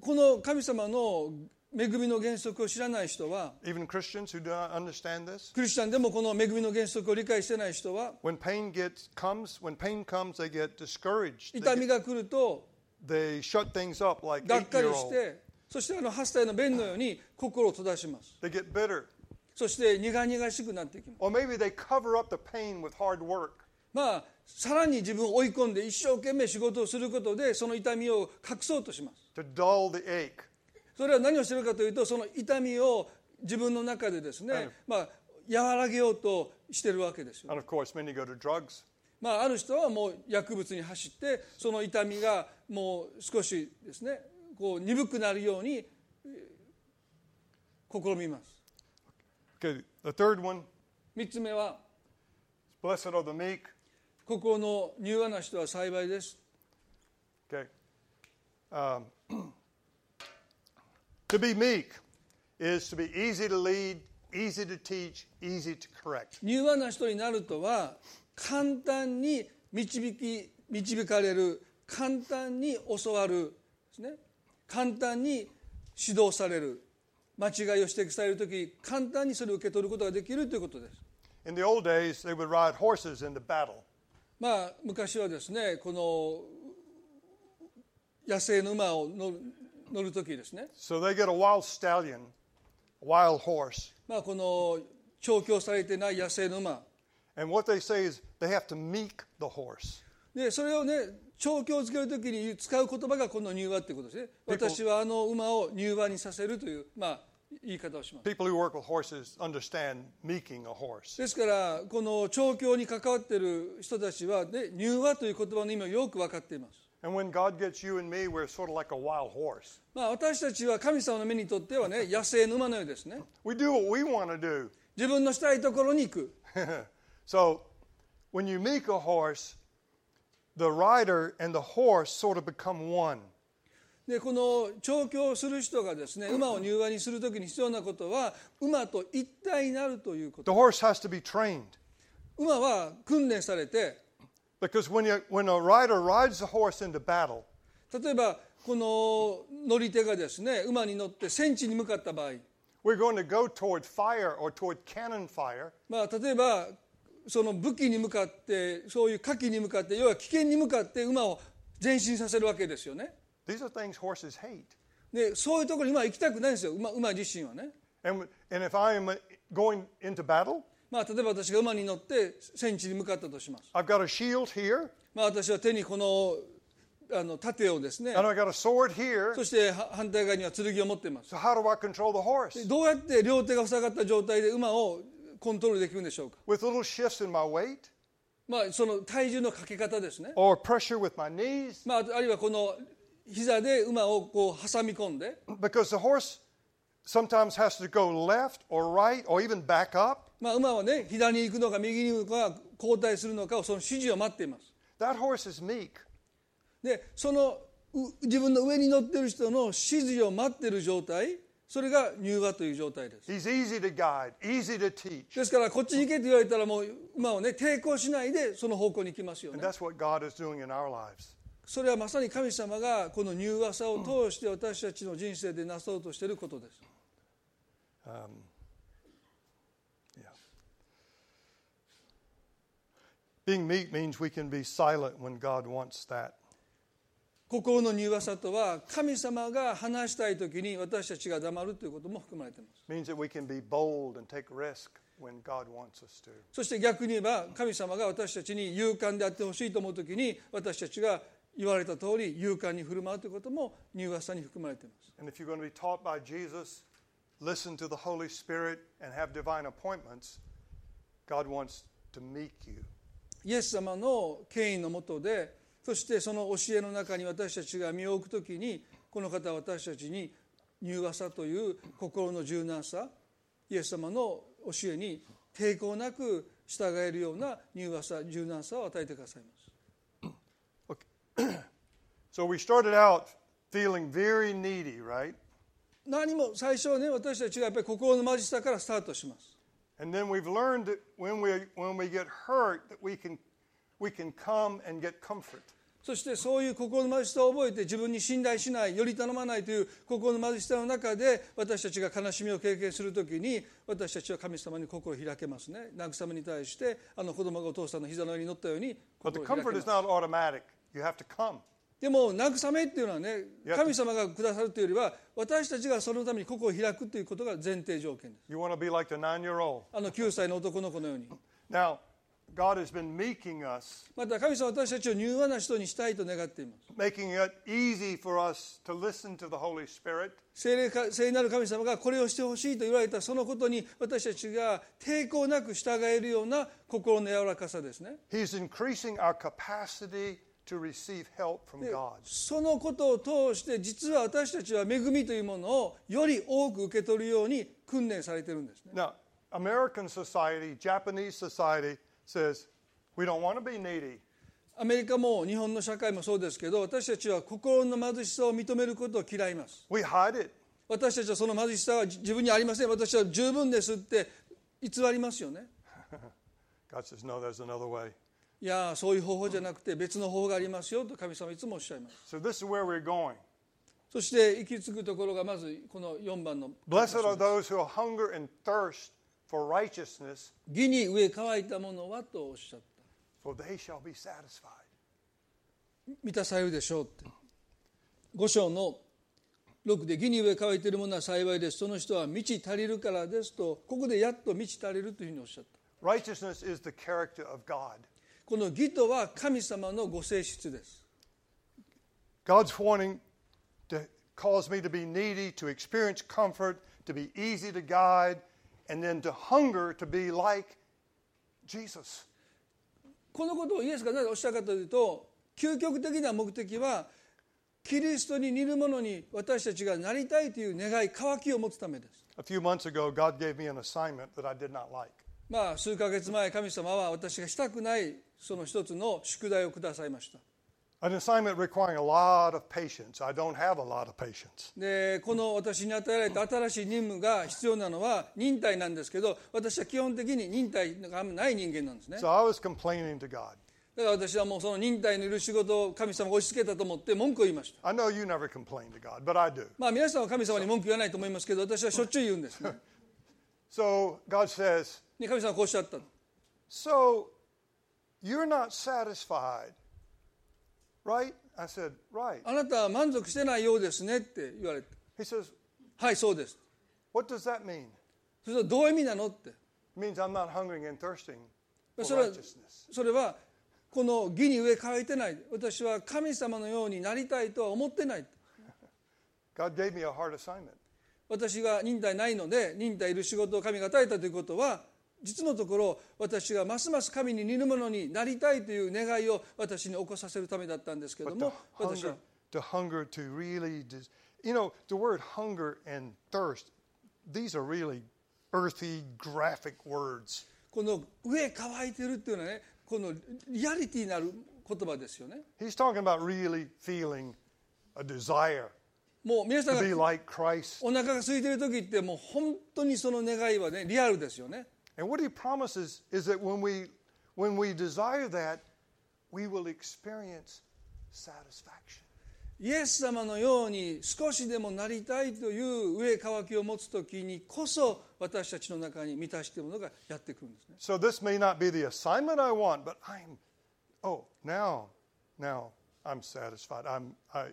この神様の恵みの原則を知らない人は even Christians who do not understand this, クリスチャンでもこの恵みの原則を理解してない人は when pain gets comes, when pain comes, they get discouraged. They, 痛 get- みが来ると they shut things up like がっかりし eight-year-old. てそしてあの8歳の弁のように心を閉ざします They get bitter, そして苦々しくなっていきます or maybe they cover up the pain with hard work. まあさらに自分を追い込んで一生懸命仕事をすることでその痛みを隠そうとします to dull the ache. それは何をしてるかというとその痛みを自分の中でですね、まあ、和らげようとしてるわけですよ、 And of course, many go to drugs. まあ、ある人はもう薬物に走ってその痛みがもう少しですねこう鈍くなるようにえー試みます Okay, the third one, 3つ目は blessed are the meek. 心の柔和な人は幸いです Okay. Um, to be meek is to be easy to lead, easy to teach, easy to correct. 柔和な人になるとは簡単に導き導かれる簡単に教わるですね簡単に指導される間違いを指摘される時簡単にそれを受け取ることができるということです In the old days, they would ride horses into battle. まあ昔はですねこの野生の馬を乗る乗る時ですね So they get a wild stallion, a wild horse, まあこの調教されてない野生の馬 and what they say is they have to meek the horse. でそれをね調教づけるときに使う言葉がこの柔和っていうことですね私はあの馬を柔和にさせるという、まあ、言い方をします People who work with horses understand meeking a horse. ですからこの調教に関わっている人たちは、ね、柔和という言葉の意味をよく分かっています And when God gets you and me, we're sort of like a wild horse. まあ私たちは神様の目にとってはね野生の馬のようですね We do what we want to do. 自分のしたいところに行く So when you meek a horse, the rider and the horse sort of become one. でこの調教をする人がですね馬を柔和にするときに必要なことは馬と一体になるということ The horse has to be trained 馬は訓練されて because when, you, when a rider rides the horse into battle, 例えばこの乗り手がですね馬に乗って戦地に向かった場合、 we're going to go toward fire or toward cannon fire, まあ、例えばその武器に向かってそういう火器に向かって要は危険に向かって馬を前進させるわけですよね These are things horses hate. でそういうところに馬は行きたくないんですよ馬馬自身はね、 And, and if I am going into battle, まあ、例えば私が馬に乗って戦地に向かったとします、 I've got a shield here まあ、私は手にこのあの盾をですね and I've got a sword here. そしては反対側には剣を持っています So how do I control the horse? どうやって両手が塞がった状態で馬をコントロールできるんでしょうか、 With little shifts in my weight まあ、その体重のかけ方ですね or pressure with my knees. まあ、あるいはこの膝で馬をこう挟み込んで、 because the horse sometimes has to go left or right or even back up. まあ、馬はね左に行くのか右に行くのか交代するのかをその指示を待っています That horse is meek. でそのう自分の上に乗ってる人の指示を待ってる状態それが入和という状態です He's easy to guide, easy to teach. ですからこっちに行けと言われたらもう馬をね抵抗しないでその方向に行きますよ And ね that's what God is doing in our lives. それはまさに神様がこの柔和さを通して私たちの人生でなそうとしていることです Um, Yeah. Being meek means we can be silent when God wants that. 心の柔和さとは神様が話したい時に私たちが黙るということも含まれています means that we can be bold and take risk when God wants us to. そして逆に言えば神様が私たちに勇敢であってほしいと思う時に私たちが言われた通り勇敢に振る舞うということもニューアサに含まれています And if you're going to be taught by Jesus, listen to the Holy Spirit, and have divine appointments, God wants to meet you. イエス様の権威のもとでそしてその教えの中に私たちが身を置くときにこの方は私たちに柔和さという心の柔軟さイエス様の教えに抵抗なく従えるような柔和さ柔軟さを与えてくださいます So we started out feeling very needy, right? 何も最初はね私たちがやっぱり心の貧しさからスタートします And then we've learned that when we, when we get hurt, that we can, we can come and get comfort. そしてそういう心の貧しさを覚えて自分に信頼しないより頼まないという心の貧しさの中で私たちが悲しみを経験するときに私たちは神様に心を開けますね慰めに対してあの子供がお父さんの膝の上に乗ったように But the 心を開け comfort ま is す not automatic. You have to come. でも慰めっていうのはね Yeah. 神様がくださるというよりは私たちがそのために心を開くということが前提条件です You want to be like the nine year old. あの9歳の男の子のように Now, God has been making us, また神様は私たちを柔和な人にしたいと願っています making it easy for us to listen to the Holy Spirit 聖霊か聖なる神様がこれをしてほしいと言われたそのことに私たちが抵抗なく従えるような心の柔らかさですね He's increasing our capacity to receive help from God. そのことを通して実は私たちは恵みというものをより多く受け取るように訓練されてるんですね Now, American society, Japanese society says we don't want to be needy. アメリカも日本の社会もそうですけど私たちは心の貧しさを認めることを嫌います We hide it. 私たちはその貧しさは自分にありません私は十分ですって偽りますよね God says, no, there's another way. いやーそういう方法じゃなくて別の方法がありますよと神様はいつもおっしゃいます So this is where we're going. そして行き着くところがまずこの4番の Blessed are those who hunger and thirst for righteousness, 「義に植え乾いたものは」とおっしゃった for they shall be satisfied. 満たされるでしょうって5章の6で「義に植え乾いているものは幸いですその人は満ち足りるからです」とここでやっと満ち足りるというふうにおっしゃった Righteousness is the character of God. この義とは神様のご性質です God's wanting to cause me to be needy, to experience comfort, to be easy to guide, and then to hunger to be like Jesus. このことをイエスがなぜおっしゃったかというと究極的な目的はキリストに似るものに私たちがなりたいという願い渇きを持つためです A few months ago, God gave me an assignment that I did not like. まあ、数ヶ月前神様は私がしたくないその一つの宿題をくださいました An assignment requiring a lot of patience. I don't have a lot of patience. でこの私に与えられた新しい任務が必要なのは忍耐なんですけど私は基本的に忍耐があんまない人間なんですね So I was complaining to God. だから私はもうその忍耐のいる仕事を神様が押し付けたと思って文句を言いました I know you never complain to God, but I do. まあ皆さんは神様に文句言わないと思いますけど私はしょっちゅう言うんですね So God says, で神様はこうおっしゃったの So you're not satisfied, right? I said, Right. あなたは満足してないようですねって言われて He says, はいそうです What does that mean? それはどういう意味なのって It means I'm not hungering and thirsting for That's what I- righteousness. それはこの義に上乾いてない私は神様のようになりたいとは思ってない God gave me a hard assignment. 私が忍耐ないので忍耐いる仕事を神が与えたということは実のところ私がますます神に似るものになりたいという願いを私に起こさせるためだったんですけれ But ど to も私 hunger, は to hunger to really, des- you know, the word hunger and thirst, these are really earthy, graphic words. この「上乾いてる」っていうのはねこのリアリティなる言葉ですよね He's talking about really feeling a desire もう皆さん to が be like Christ. お腹が空いてる時ってもう本当にその願いはねリアルですよね And what he promises is that when we, when we desire that, we will experience satisfaction. イエス様のように少しでもなりたいという上乾きを持つ時にこそ私たちの中に満たしているものがやってくるんですね So this may not be the assignment I want, but I'm, oh, now, now I'm satisfied. I'm, I,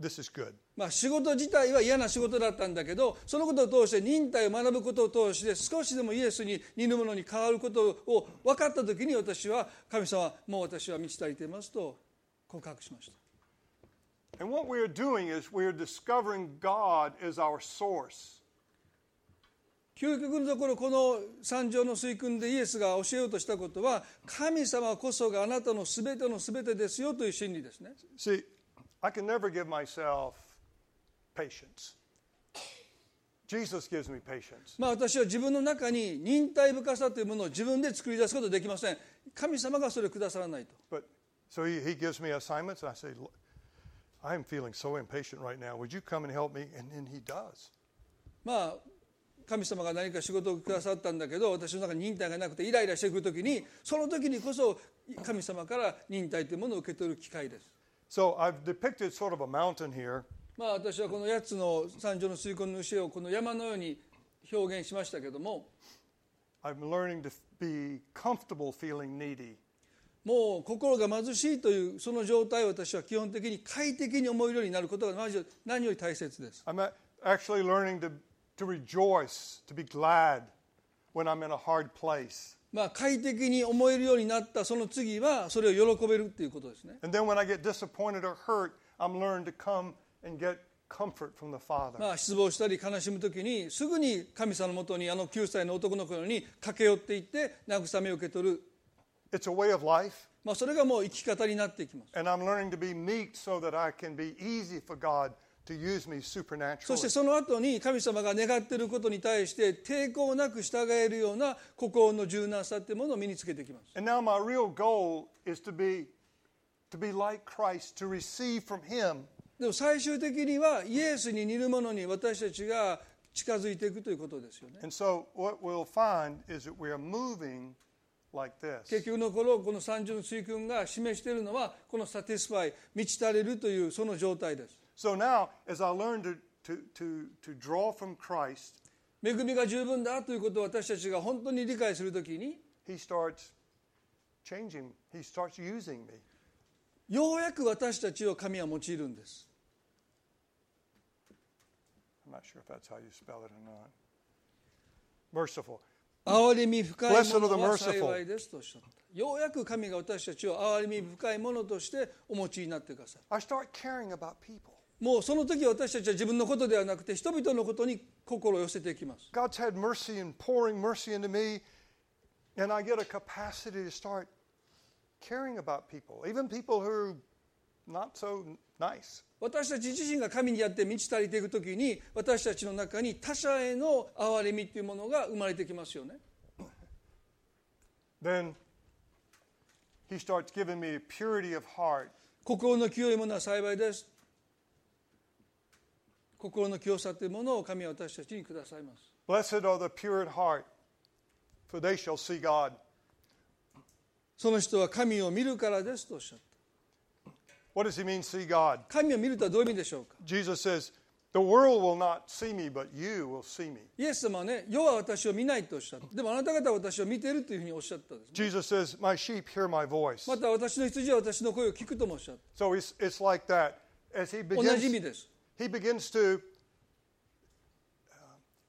this is good. まあ、仕事自体は嫌な仕事だったんだけどそのことを通して忍耐を学ぶことを通して少しでもイエスに似るものに変わることを分かった時に私は神様もう私は満ち足りていますと告白しました And what we are doing is we are discovering God as our source. 究極のところこの三条の水訓でイエスが教えようとしたことは神様こそがあなたの全ての全てですよという真理ですね See, I can never give myself patience. Jesus gives me patience. まあ私は自分の中に忍耐深さというものを自分で作り出すことはできません神様がそれをくださらないと But so he, he gives me assignments, and I say, "Look, I'm feeling so impatient right now. Would you come and help me? And then he does. まあ神様が何か仕事をくださったんだけど私の中に忍耐がなくてイライラしてくる時にその時にこそ神様から忍耐というものを受け取る機会です So I've depicted sort of a mountain here, まあ私はこの8つの三条の水根の教えをこの山のように表現しましたけども I'm learning to be comfortable feeling needy. もう心が貧しいというその状態を私は基本的に快適に思えるようになることが何より何より大切です I'm a- actually learning to, to rejoice, to be glad when I'm in a hard place. まあ快適に思えるようになったその次はそれを喜べるっていうことですね And then when I get disappointed or hurt, I'm learning to come and get comfort from the Father. まあ失望したり悲しむ時にすぐに神様のもとにあの9歳の男の子のように駆け寄っていって慰めを受け取る、 It's a way of life, まあ、それがもう生き方になっていきます and I'm learning to be meek so that I can be easy for God to use me そ supernaturally. してその後に神様が願っていることに対して抵抗なく従えるような心の柔軟さというものを身につけていきます And now my real goal is to be to be like Christ, to receive from him でも最終的にはイエスに似るものに私たちが近づいていくということですよね And so what we'll find is that we are moving like this. 結局の頃この三十の水訓が示しているのはこのサティスファイ満ち足れるというその状態です So now, as I learn to, to, to, to draw from Christ, 恵みが十分だということを私たちが本当に理解するときに he starts changing. He starts using me. ようやく私たちを神は用いるんです I'm not sure if that's how you spell it or not. Merciful. 憐れみ深い Blessed も are the のは merciful. 幸いですとおっしゃったようやく神が私たちを憐れみ深いものとしてお持ちになってくださ I start caring about people. いもうその時私たちは自分のことではなくて人々のことに心を寄せていきます God's had mercy and pouring mercy into me, and I get a capacity to start caring about people, even people who are not so nice. 私たち自身が神にやって満ち足りていく時に私たちの中に他者への憐れみというものが生まれてきますよね Then he starts giving me purity of heart 心の清いものは幸いです心の清さというものを神は私たちにくださいます Blessed are the pure at heart, for they shall see God. その人は神を見るからですとおっしゃっ What does he mean, see God? た神を見るとはどういう意味でしょうか Jesus says, The world will not see me, but you will see me. イエス様はね世は私を見ないとおっしゃったでもあなた方は私を見ているというふうにおっしゃったんですね Jesus says, My sheep hear my voice. また私の羊は私の声を聞くともおっしゃった So it's, it's like that. As he 同じ意 begins, 味です he begins to, uh,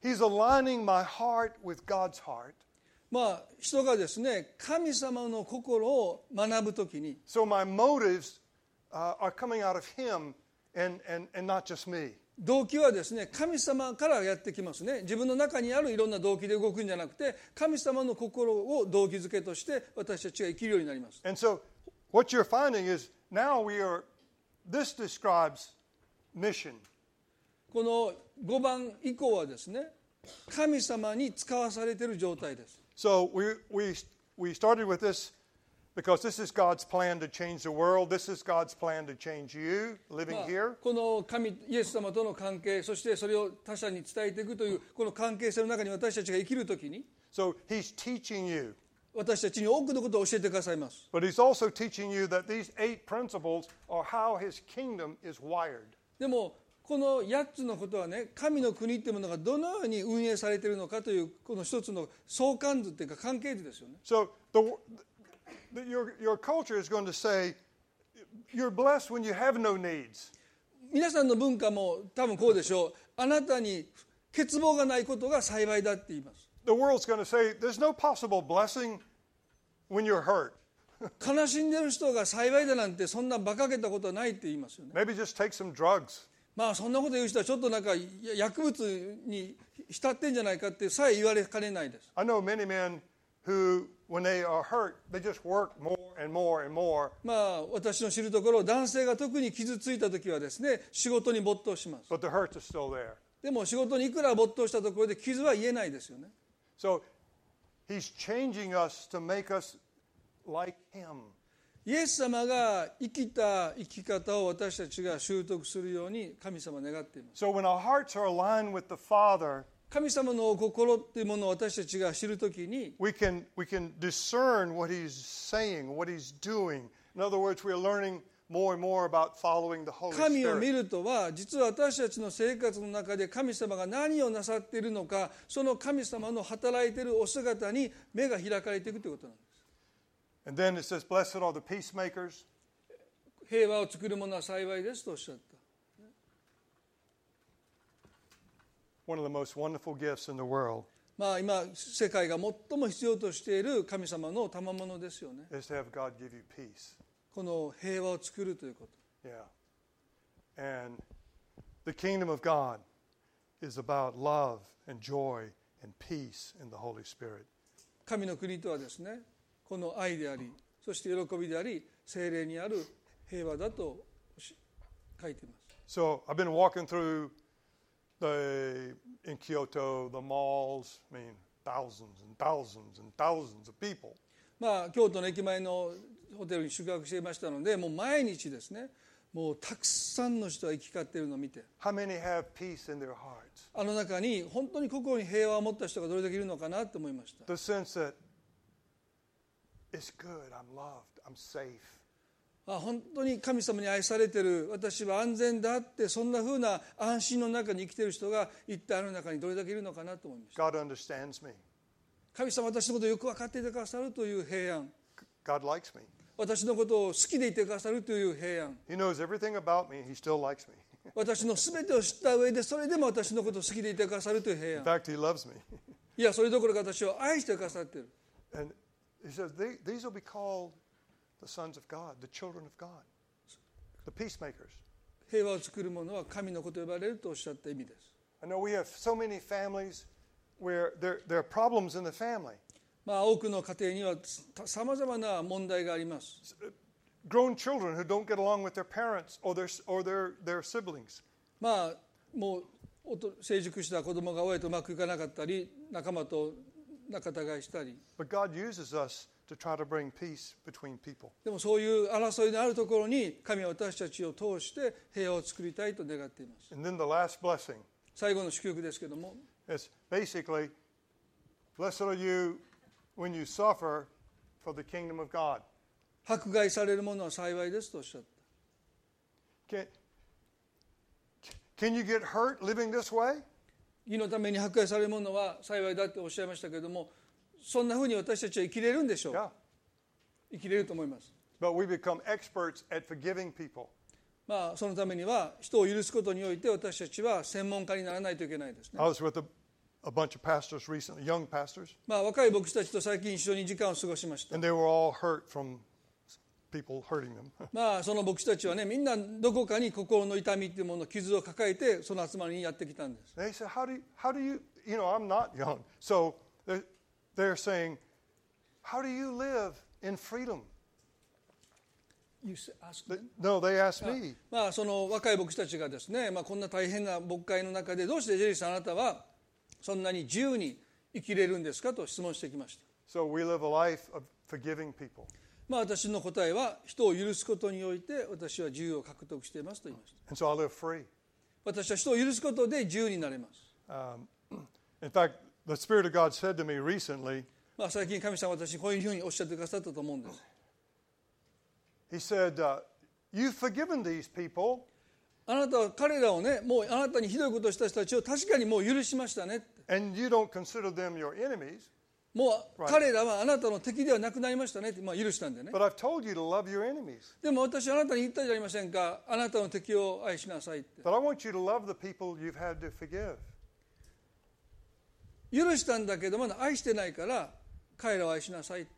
he's aligning my heart with God's heart. まあ人がですね神様の心を学ぶときに So my motives uh, are coming out of him and, and, and not just me. 動機はですね神様からやってきますね自分の中にあるいろんな動機で動くんじゃなくて神様の心を動機づけとして私たちが生きるようになります And so what you're finding is now we are, this describes mission. この5番以降はですね神様に使わされている状態です So we, we, we started with this because this is God's plan to change the world. This is God's plan to change you living まあ here. この神イエス様との関係そしてそれを他者に伝えていくというこの関係性の中に私たちが生きるときに So he's teaching you, 私たちに多くのことを教えてくださいます but he's also teaching you that these eight principles are how his kingdom is wired. でもこの8つのことはね神の国っていうものがどのように運営されているのかというこの一つの相関図っていうか関係図ですよね So the, the, your, your culture is going to say, you're blessed when you have no needs. 皆さんの文化も多分こうでしょうあなたに欠乏がないことが幸いだって言います The world's going to say, there's no possible blessing when you're hurt. 悲しんでる人が幸いだなんてそんな馬鹿げたことはないって言いますよね Maybe just take some drugs. まあそんなこと言う人はちょっとなんかや薬物に浸ってんじゃないかってさえ言われかねないです I know many men who, when they are hurt, they just work more and more and more, まあ私の知るところ男性が特に傷ついた時はですね仕事に没頭します but the hurts are still there. でも仕事にいくら没頭したところで傷は癒えないですよね So he's changing us to make us like him. イエス様が生きた生き方を私たちが習得するように神様は願っています So when our hearts are aligned with the Father, 神様の心っていうものを私たちが知るときに we can, we can discern what he's saying, what he's doing. In other words, we are learning more and more about following the Holy 神を見 Spirit. るとは実は私たちの生活の中で神様が何をなさっているのかその神様の働いているお姿に目が開かれていくということなんで And then it says, Blessed are the peacemakers. す平和を作る者は幸いですとおっしゃった one of the most wonderful gifts in the world まあ今世界が最も必要としている神様の賜物ですよね is to have God give you peace. この平和を作るということ Yeah. And the kingdom of God is about love and joy and peace in the Holy Spirit. 神の国とはですねこの愛でありそして喜びであり精霊にある平和だとし書いています So I've been walking through the in Kyoto, the malls, I mean thousands and thousands and thousands of people. まあ京都の駅前のホテルに宿泊していましたのでもう毎日ですねもうたくさんの人が行き交っているのを見て How many have peace in their hearts? あの中に本当に心に平和を持った人がどれだけいるのかなと思いました The sense that it's good, I'm loved, I'm safe. あ本当に神様に愛されてる私は安全だってそんな風な安心の中に生きてる人が一体あの中にどれだけいるのかなと思いました God understands me. 神様は私のことをよく分かっていてくださるという平安 God likes me. 私のことを好きでいてくださるという平安 He knows everything about me. He still likes me. 私の全てを知った上でそれでも私のことを好きでいてくださるという平 In 安 fact, he loves me. いやそれどころか私を愛してくださっている And he says, they, These will be called the sons of God, the children of God, the peacemakers. 平和を作る者は神の子と呼ばれるとおっしゃった意味です I know we have so many families where there, there are problems in the family. まあ多くの家庭にはさまざまな問題があります Grown children who don't get along with their parents or their, or their, their siblings. まあもうおと成熟した子供が親とうまくいかなかったり仲間と仲違いしたり But God uses us to try to bring peace between people. でもそういう争いのあるところに神は私たちを通して平和を作りたいと願っています And then the last blessing 最後の祝福ですけども It's basically, blessed are you when you suffer for the kingdom of God. 迫害される者は幸いですとおっしゃった Can, can you get hurt living this way? 義のために迫害される者は幸いだっておっしゃいましたけれどもそんなふうに私たちは生きれるんでしょうか Yeah. 生きれると思います But we become experts at forgiving people. まあそのためには人を許すことにおいて私たちは専門家にならないといけないですね I was with a, a bunch of pastors recently, young pastors, まあ若い牧師たちと最近一緒に時間を過ごしました and they were all hurt from people hurting them. まあその牧師たちはねみんなどこかに心の痛みっていうもの傷を抱えてその集まりにやってきたんです they said, How do you, how do you, you know, I'm not young. So they're, they're saying, How do you live in freedom? They- No, they asked me. まあその若い牧師たちがですね、まあ、こんな大変な牧会の中でどうしてジェリーさんあなたはそんなに自由に生きれるんですかと質問してきました So we live a life of forgiving people. まあ私の答えは人を許すことにおいて私は自由を獲得していますと言いました And so I live free. 私は人を許すことで自由になれます、Um, In fact, the Spirit of God said to me recently, まあ、最近神様は私にこういうふうにおっしゃってくださったと思うんです He said, uh, You've forgiven these people, あなたは彼らをねもうあなたにひどいことをした人たちを確かにもう許しましたねって and you don't consider them your enemies, もう Right. 彼らはあなたの敵ではなくなりましたねって、まあ、許したんでね but I've told you to love your enemies. でも私はあなたに言ったじゃありませんかあなたの敵を愛しなさいって But I want you to love the people you've had to forgive. 許したんだけどまだ愛してないから彼らを愛しなさいって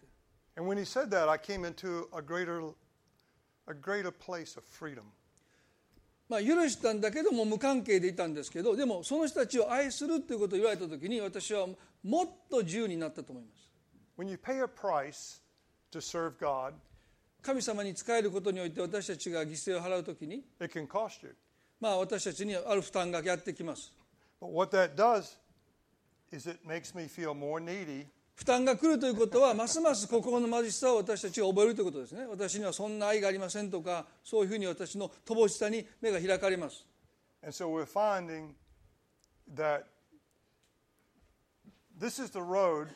And when he said that, I came into a greater, a greater place of freedom. まあ、許したんだけども無関係でいたんですけどでもその人たちを愛するということを言われた時に私はもっと自由になったと思います When you pay a price to serve God, 神様に仕えることにおいて私たちが犠牲を払う時に、 it can cost you. まあ、私たちにある負担がやってきます But what that does is it makes me feel more needy 負担が来るということはますます心の貧しさを私たちが覚えるということですね私にはそんな愛がありませんとかそういうふうに私の乏しさに目が開かれます And so we're finding that this is the road,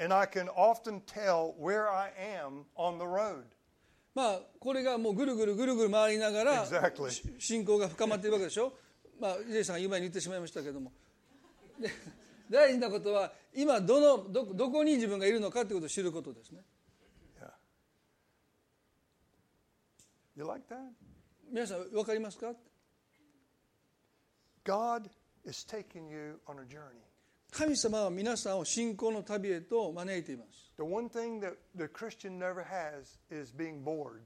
and I can often tell where I am on the road. まあこれがもうぐるぐるぐるぐる回りながら Exactly. し信仰が深まっているわけでしょまあイエスさんが言う前に言ってしまいましたけどもで大事なことは今どのどどこに自分がいるのかということを知ることですね Yeah. You like that? 皆さん分かりますか God is taking you on a journey. 神様は皆さんを信仰の旅へと招いています The one thing that the Christian never has is being bored.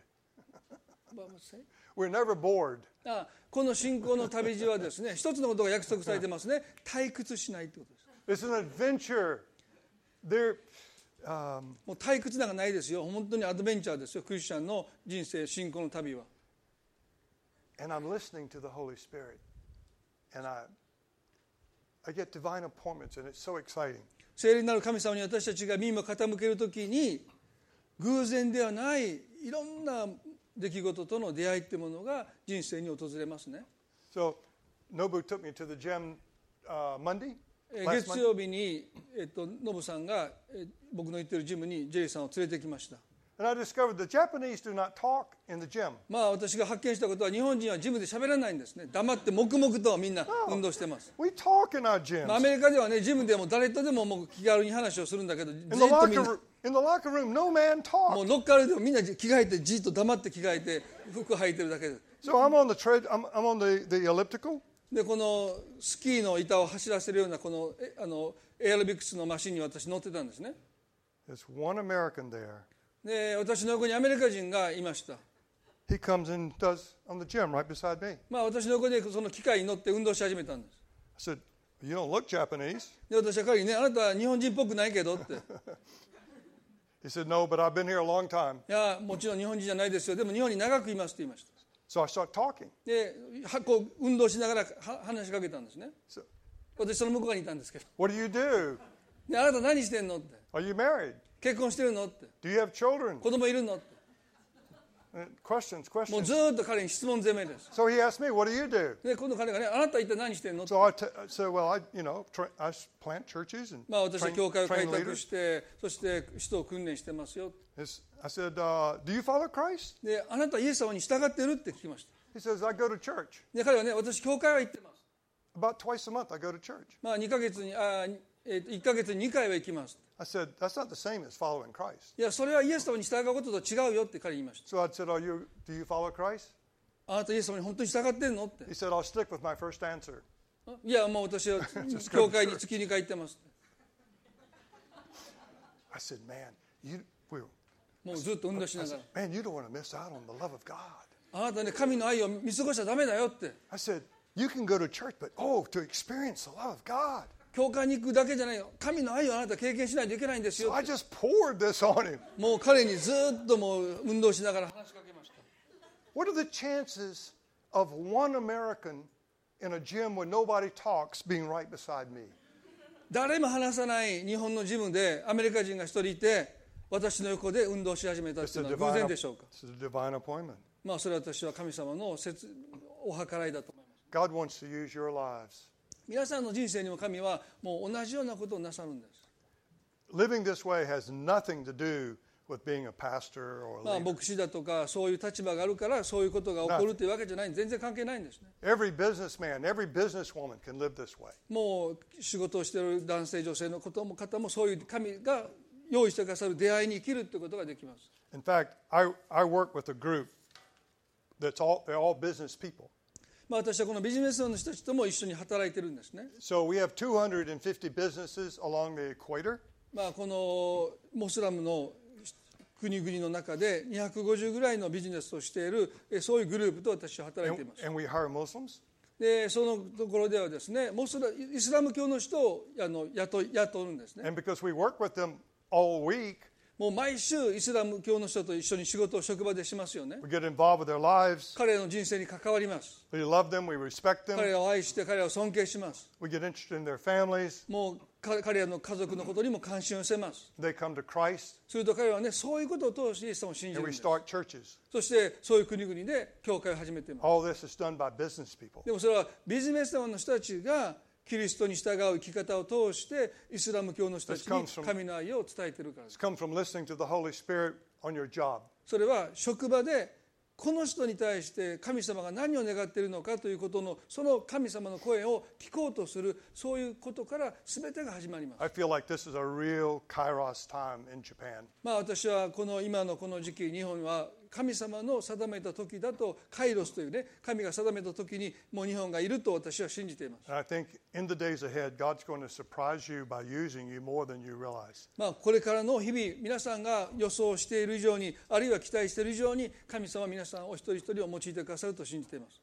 We're never bored. あこの信仰の旅路はですね一つのことが約束されてますね退屈しないということです It's an adventure. There, um, もう退屈なんかないですよ本当にアドベンチャーですよクリスチャンの人生信仰の旅は and I'm listening to the Holy Spirit, and I, I get divine appointments, and it's so exciting. 聖霊なる神様に私たちが耳を傾けるときに偶然ではないいろんな出来事との出会いってものが人生に訪れますね So, Nobu took me to the gym uh, Monday. え last 月 Monday. 曜日に、えっと、ノブさんがえ僕の行ってるジムにジェリーさんを連れてきました And I discovered the Japanese do not talk in the gym. まあ私が発見したことは日本人はジムで喋らないんですね黙って黙々とみんな運動してます We talk in our まあア gyms. メリカではねジムでも誰とでももう気軽に話をするんだけどじっ In と the みん locker な room, in the locker room, no man も talks. うロッカールームでもみんな着替えてじっと黙って着替えて服履いてるだけで So I'm on the tread. I'm, I'm on the, the elliptical, でこのスキーの板を走らせるようなこのえあのエアロビクスのマシンに私乗ってたんですね there's one American there. で私の横にアメリカ人がいました He comes and does on the gym right beside me. I まあ私の横でその機械に乗って運動し始めたんです said, "You don't look Japanese." で私は彼にねあなたは日本人っぽくないけどってい He said, "No, but I've been here a long time." やもちろん日本人じゃないですよでも日本に長くいますって言いました So I start talking. ではこう運動しながらは話しかけたんですね So, 私その向こう側にいたんですけど what do you do? であなた何してんのって Are you married? 結婚してるのって Do you have children? 子供いるのって Uh, Questions, もう questions. ずーっと彼に質問攻めです So he asked me, "What do you do?" で今度彼がねあなた一体何してんのって So I t- I said, "Well, I, you know, tra- I s- plant churches and まあ私は train, 教会を開 train 拓し leaders." てそして人を訓練してますよ It's- I said, uh, "Do you follow Christ?" であなたイエス様に従ってるって聞きました He says, "I go to church で彼はね私教会は行ってます about twice a month. I go to church." まあ2ヶ月にあー、えーと、1ヶ月に2回は行きます I said, "That's not the same as following Christ." いやそれはイエス様に従うことと違うよって彼に言いました So I said, "Are you? Do you follow Christ?" あなたイエス様に本当に従ってんのって He said, "I'll stick with my first answer." いやもう私は教会に月2回行ってます I said, "Man, you, we're, もうずっと運動しながら man, you don't want to miss out on the love of God." あなたね神の愛を見過ごしちゃダメだよって I said, You can go to church, but oh, to experience the love of God. 教会に行くだけじゃないよ神の愛をあなた経験しないといけないんです So よ I just poured this on him. もう彼にずっともう運動しながら話しかけました What are the chances of one American in a gym where nobody talks being right beside me? 誰も話さない日本のジムでアメリカ人が一人いて私の横で運動し始めたっていうのは偶然でしょうか it's a divine appointment. まあそれは私は神様の説お計らいだと思います God wants to use your lives. 皆さんの人生にも神はもう同じようなことをなさるんです Living this way has nothing to do with being a pastor or a まあ leader. 牧師だとかそういう立場があるからそういうことが起こるというわけじゃない全然関係ないんですね Every businessman, every businesswoman can live this way. もう仕事をしている男性女性のことも方もそういう神が用意してくださる出会いに生きるということができます In fact, I, I work with a group that's all, they're all business people. まあ、私はこのビジネスマンの人たちとも一緒に働いてるんですね、 So we have 250 businesses along the equator, まあ、このモスラムの国々の中で250ぐらいのビジネスをしているえそういうグループと私は働い And, ています。 and we hire Muslims. でそのところではですねモスライスラム教の人をあの雇い雇うんですね And because we work with them all week, もう毎週イスラム教の人と一緒に仕事を職場でしますよね we get involved with their lives. 彼らの人生に関わります We love them. We respect 彼 them. らを愛して彼らを尊敬します We get interested in their families. もうか彼らの家族のことにも関心を寄せます They come to Christ, すると彼らはねそういうことを通してイエス様を信じる and んで we す start churches. そしてそういう国々で教会を始めています All this is done by business people. でもそれはビジネスマンの人たちがキリストに従う生き方を通してイスラム教の人たち This comes に from- 神の愛を伝えているからです It's come from listening to the Holy Spirit on your job. それは職場でこの人に対して神様が何を願っているのかということのその神様の声を聞こうとするそういうことから全てが始まります I feel like this is a real kairos time in Japan. まあ私はこの今のこの時期日本は神様の定めた時だとカイロスというね神が定めた時にもう日本がいると私は信じています And I think in the days ahead, God's going to surprise you by using you more than you realize. まあこれからの日々皆さんが予想している以上にあるいは期待している以上に神様は皆さんお一人一人を用いてくださると信じています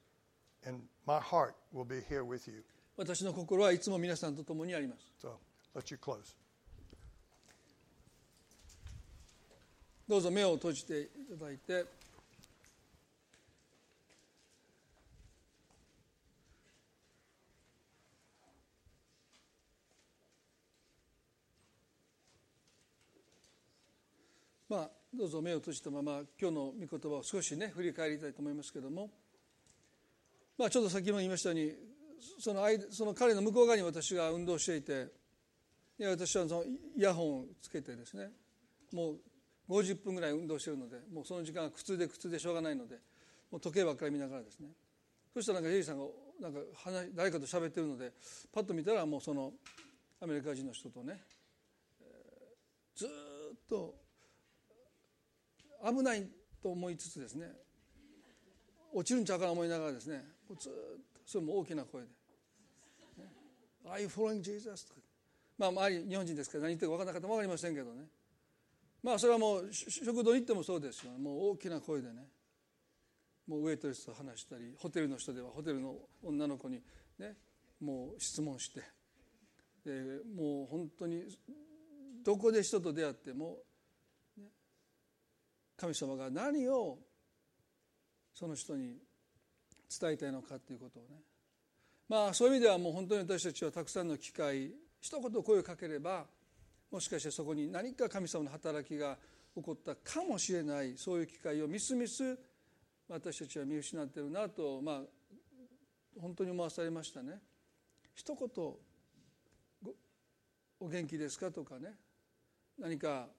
And my heart will be here with you. 私の心はいつも皆さんと共にあります So let you close. どうぞ目を閉じていただいてまあどうぞ目を閉じたまま今日の御言葉を少しね振り返りたいと思いますけどもまあちょっと先も言いましたようにその間その彼の向こう側に私が運動していていや私はそのイイヤホンをつけてですねもう50分ぐらい運動してるのでもうその時間が苦痛で苦痛でしょうがないのでもう時計ばっかり見ながらですねそしたらなんかジェリーさんがなんか話誰かと喋ってるのでパッと見たらもうそのアメリカ人の人とね、えーずーっと危ないと思いつつですね落ちるんちゃうかな思いながらですねもうずーっとそれも大きな声で「ね Are you following Jesus?」とかまあ周り日本人ですから何言ってるか分からなかったかも分かりませんけどねまあそれはもうし食堂に行ってもそうですよねもう大きな声でねもうウェイトレスと話したりホテルの人ではホテルの女の子にねもう質問してでもう本当にどこで人と出会っても、ね神様が何をその人に伝えたいのかということをねまあそういう意味ではもう本当に私たちはたくさんの機会一言声をかければもしかしてそこに何か神様の働きが起こったかもしれないそういう機会をみすみす私たちは見失ってるなとまあ本当に思わされましたね。一言ご「お元気ですか?」とかね何か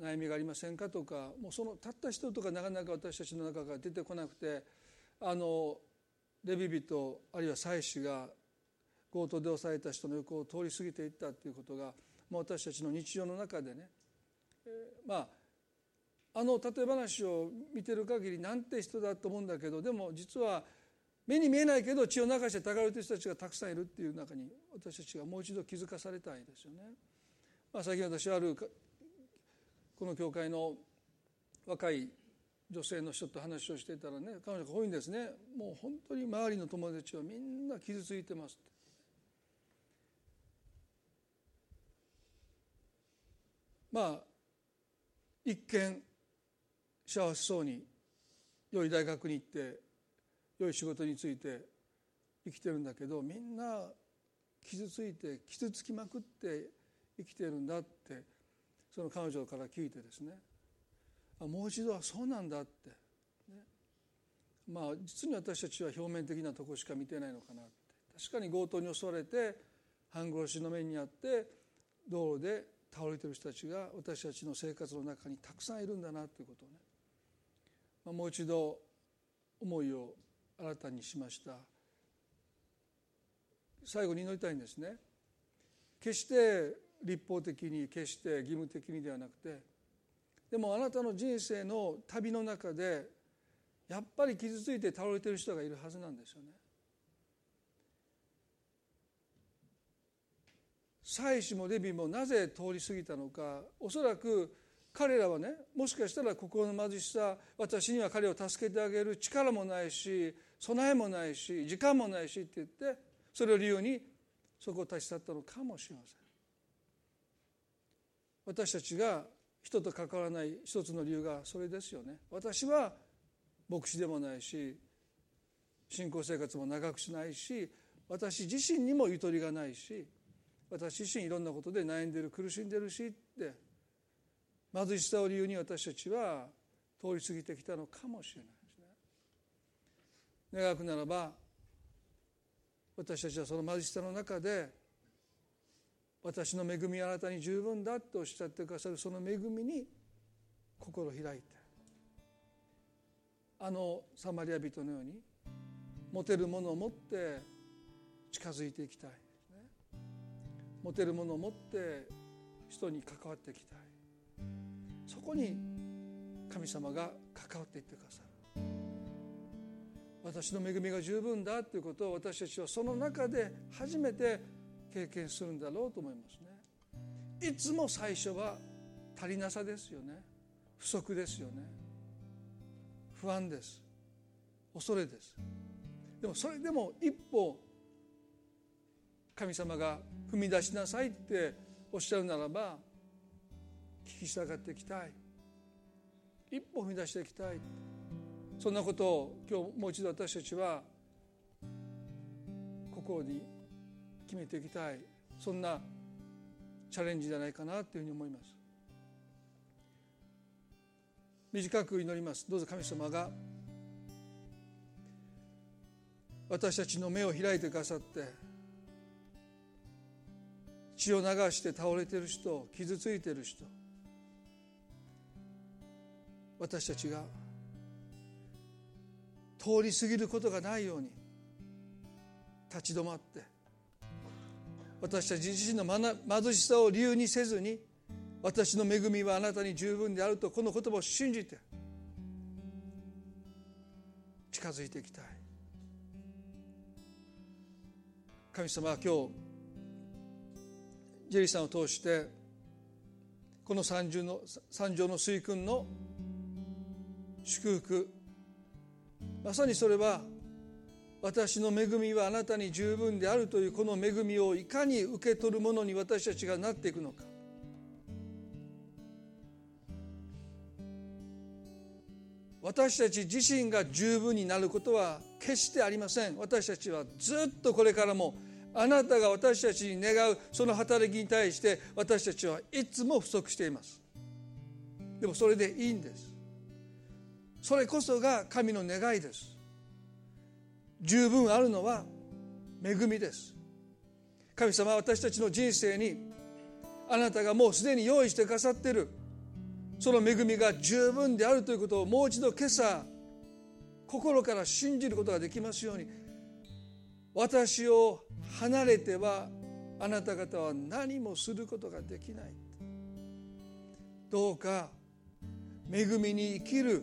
悩みがありませんかとかもうそのたった一言とかなかなか私たちの中から出てこなくてあのレビ人あるいは祭司が強盗で押さえた人の横を通り過ぎていったっていうことがもう私たちの日常の中でね、えーまああの例え話を見てる限りなんて人だと思うんだけどでも実は目に見えないけど血を流してたがるという人たちがたくさんいるっていう中に私たちがもう一度気づかされたいですよね。まあ、最近私あるかこの教会の若い女性の人と話をしていたらね彼女が多いんですねもう本当に周りの友達はみんな傷ついてますってまあ一見幸せそうに良い大学に行って良い仕事について生きてるんだけどみんな傷ついて傷つきまくって生きてるんだってその彼女から聞いてですねあもう一度はそうなんだって、ね、まあ実に私たちは表面的なとこしか見てないのかなって確かに強盗に襲われて半殺しの目にあって道路で倒れてる人たちが私たちの生活の中にたくさんいるんだなということをね、まあ、もう一度思いを新たにしました最後に祈りたいんですね決して立法的に決して義務的にではなくてでもあなたの人生の旅の中でやっぱり傷ついて倒れてる人がいるはずなんですよね。祭司もレビもなぜ通り過ぎたのかおそらく彼らはねもしかしたらここの貧しさ私には彼を助けてあげる力もないし備えもないし時間もないしって言ってそれを理由にそこを立ち去ったのかもしれません私たちが人と関わらない一つの理由がそれですよね私は牧師でもないし信仰生活も長くしないし私自身にもゆとりがないし私自身いろんなことで悩んでる苦しんでるしって貧しさを理由に私たちは通り過ぎてきたのかもしれないですね。願くならば私たちはその貧しさの中で私の恵みあなたに十分だとおっしゃってくださるその恵みに心を開いてあのサマリア人のように持てるものを持って近づいていきたい、ね、持てるものを持って人に関わっていきたいそこに神様が関わっていってくださる私の恵みが十分だということを私たちはその中で初めて経験するんだろうと思いますねいつも最初は足りなさですよね不足ですよね不安です恐れですでもそれでも一歩神様が踏み出しなさいっておっしゃるならば聞き従っていきたい一歩踏み出していきたいそんなことを今日もう一度私たちは心に決めていきたいそんなチャレンジじゃないかなというふうに思います短く祈りますどうぞ神様が私たちの目を開いてくださって血を流して倒れてる人傷ついてる人私たちが通り過ぎることがないように立ち止まって私たち自身の貧しさを理由にせずに私の恵みはあなたに十分であるとこの言葉を信じて近づいていきたい神様は今日ジェリーさんを通してこの三重の三条の水訓の祝福まさにそれは私の恵みはあなたに十分であるというこの恵みをいかに受け取るものに私たちがなっていくのか私たち自身が十分になることは決してありません私たちはずっとこれからもあなたが私たちに願うその働きに対して私たちはいつも不足していますでもそれでいいんですそれこそが神の願いです十分あるのは恵みです神様は私たちの人生にあなたがもうすでに用意してくださっているその恵みが十分であるということをもう一度今朝心から信じることができますように私を離れてはあなた方は何もすることができないどうか恵みに生きる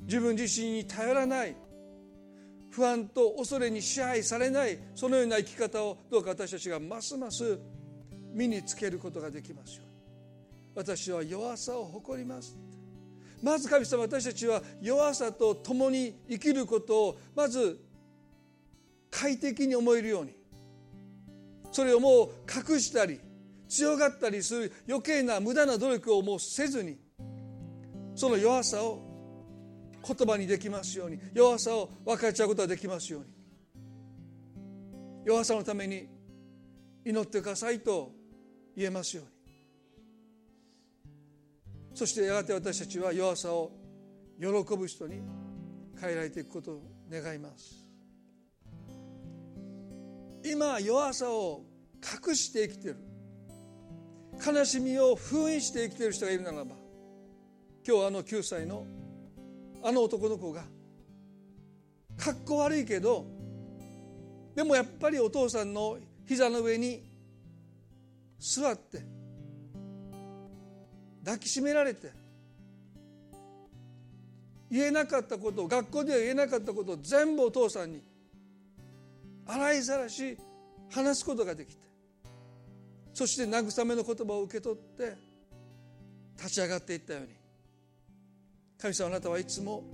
自分自身に頼らない不安と恐れに支配されないそのような生き方をどうか私たちがますます身につけることができますように私は弱さを誇りますまず神様私たちは弱さと共に生きることをまず快適に思えるようにそれをもう隠したり強がったりする余計な無駄な努力をもうせずにその弱さを言葉にできますように弱さを分かち合うことができますように弱さのために祈ってくださいと言えますようにそしてやがて私たちは弱さを喜ぶ人に変えられていくことを願います今弱さを隠して生きてる悲しみを封印して生きてる人がいるならば今日あの9歳のあの男の子がかっこ悪いけどでもやっぱりお父さんの膝の上に座って抱きしめられて言えなかったことを学校では言えなかったことを全部お父さんに洗いざらし話すことができてそして慰めの言葉を受け取って立ち上がっていったように神様あなたはいつも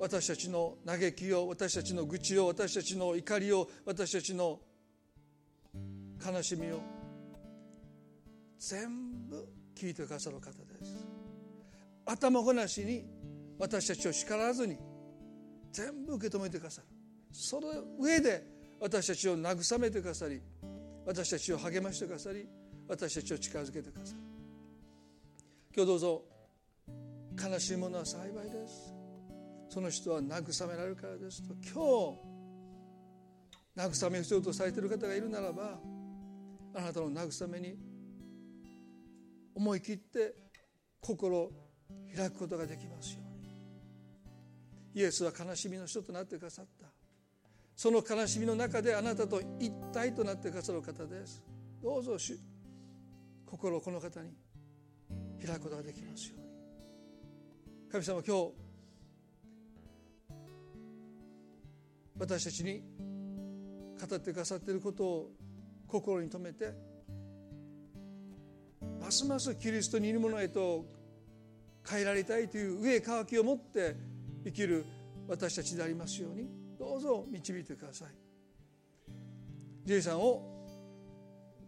私たちの嘆きを私たちの愚痴を私たちの怒りを私たちの悲しみを全部聞いてくださる方です頭ごなしに私たちを叱らずに全部受け止めてくださるその上で私たちを慰めてくださり私たちを励ましてくださり私たちを近づけてくださる今日どうぞ悲しいものは幸いですその人は慰められるからですと今日慰めを必要とされている方がいるならばあなたの慰めに思い切って心を開くことができますようにイエスは悲しみの人となってくださったその悲しみの中であなたと一体となってくださる方ですどうぞ主心をこの方に開くことができますように神様今日私たちに語ってくださっていることを心に留めてますますキリストにいるものへと変えられたいという上渇きを持って生きる私たちでありますようにどうぞ導いてください。ジェイさんを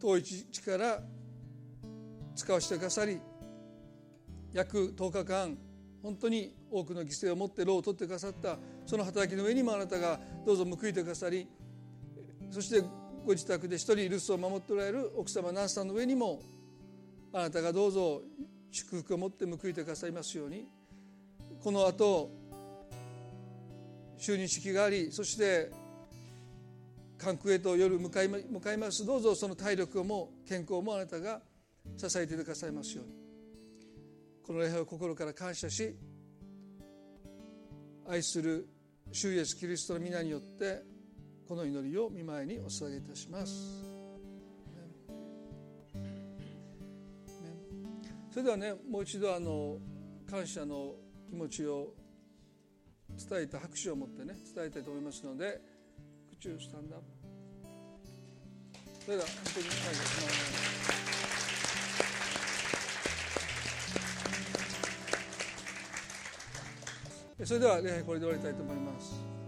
遠い地から使わせてくださり約10日間本当に多くの犠牲を持って労を取ってくださったその働きの上にもあなたがどうぞ報いてくださりそしてご自宅で一人留守を守っておられる奥様ナンスさんの上にもあなたがどうぞ祝福を持って報いてくださいますようにこの後就任式がありそして関空へと夜向かいま向かいますどうぞその体力も健康もあなたが支えてくださいますようにこの礼拝を心から感謝し愛する主イエスキリストの皆によってこの祈りを見舞いにお捧げいたします。それではねもう一度あの感謝の気持ちを伝えた拍手を持ってね伝えたいと思いますので口をスタンダップそれでは本当に感謝します。それでは礼拝これで終わりたいと思います。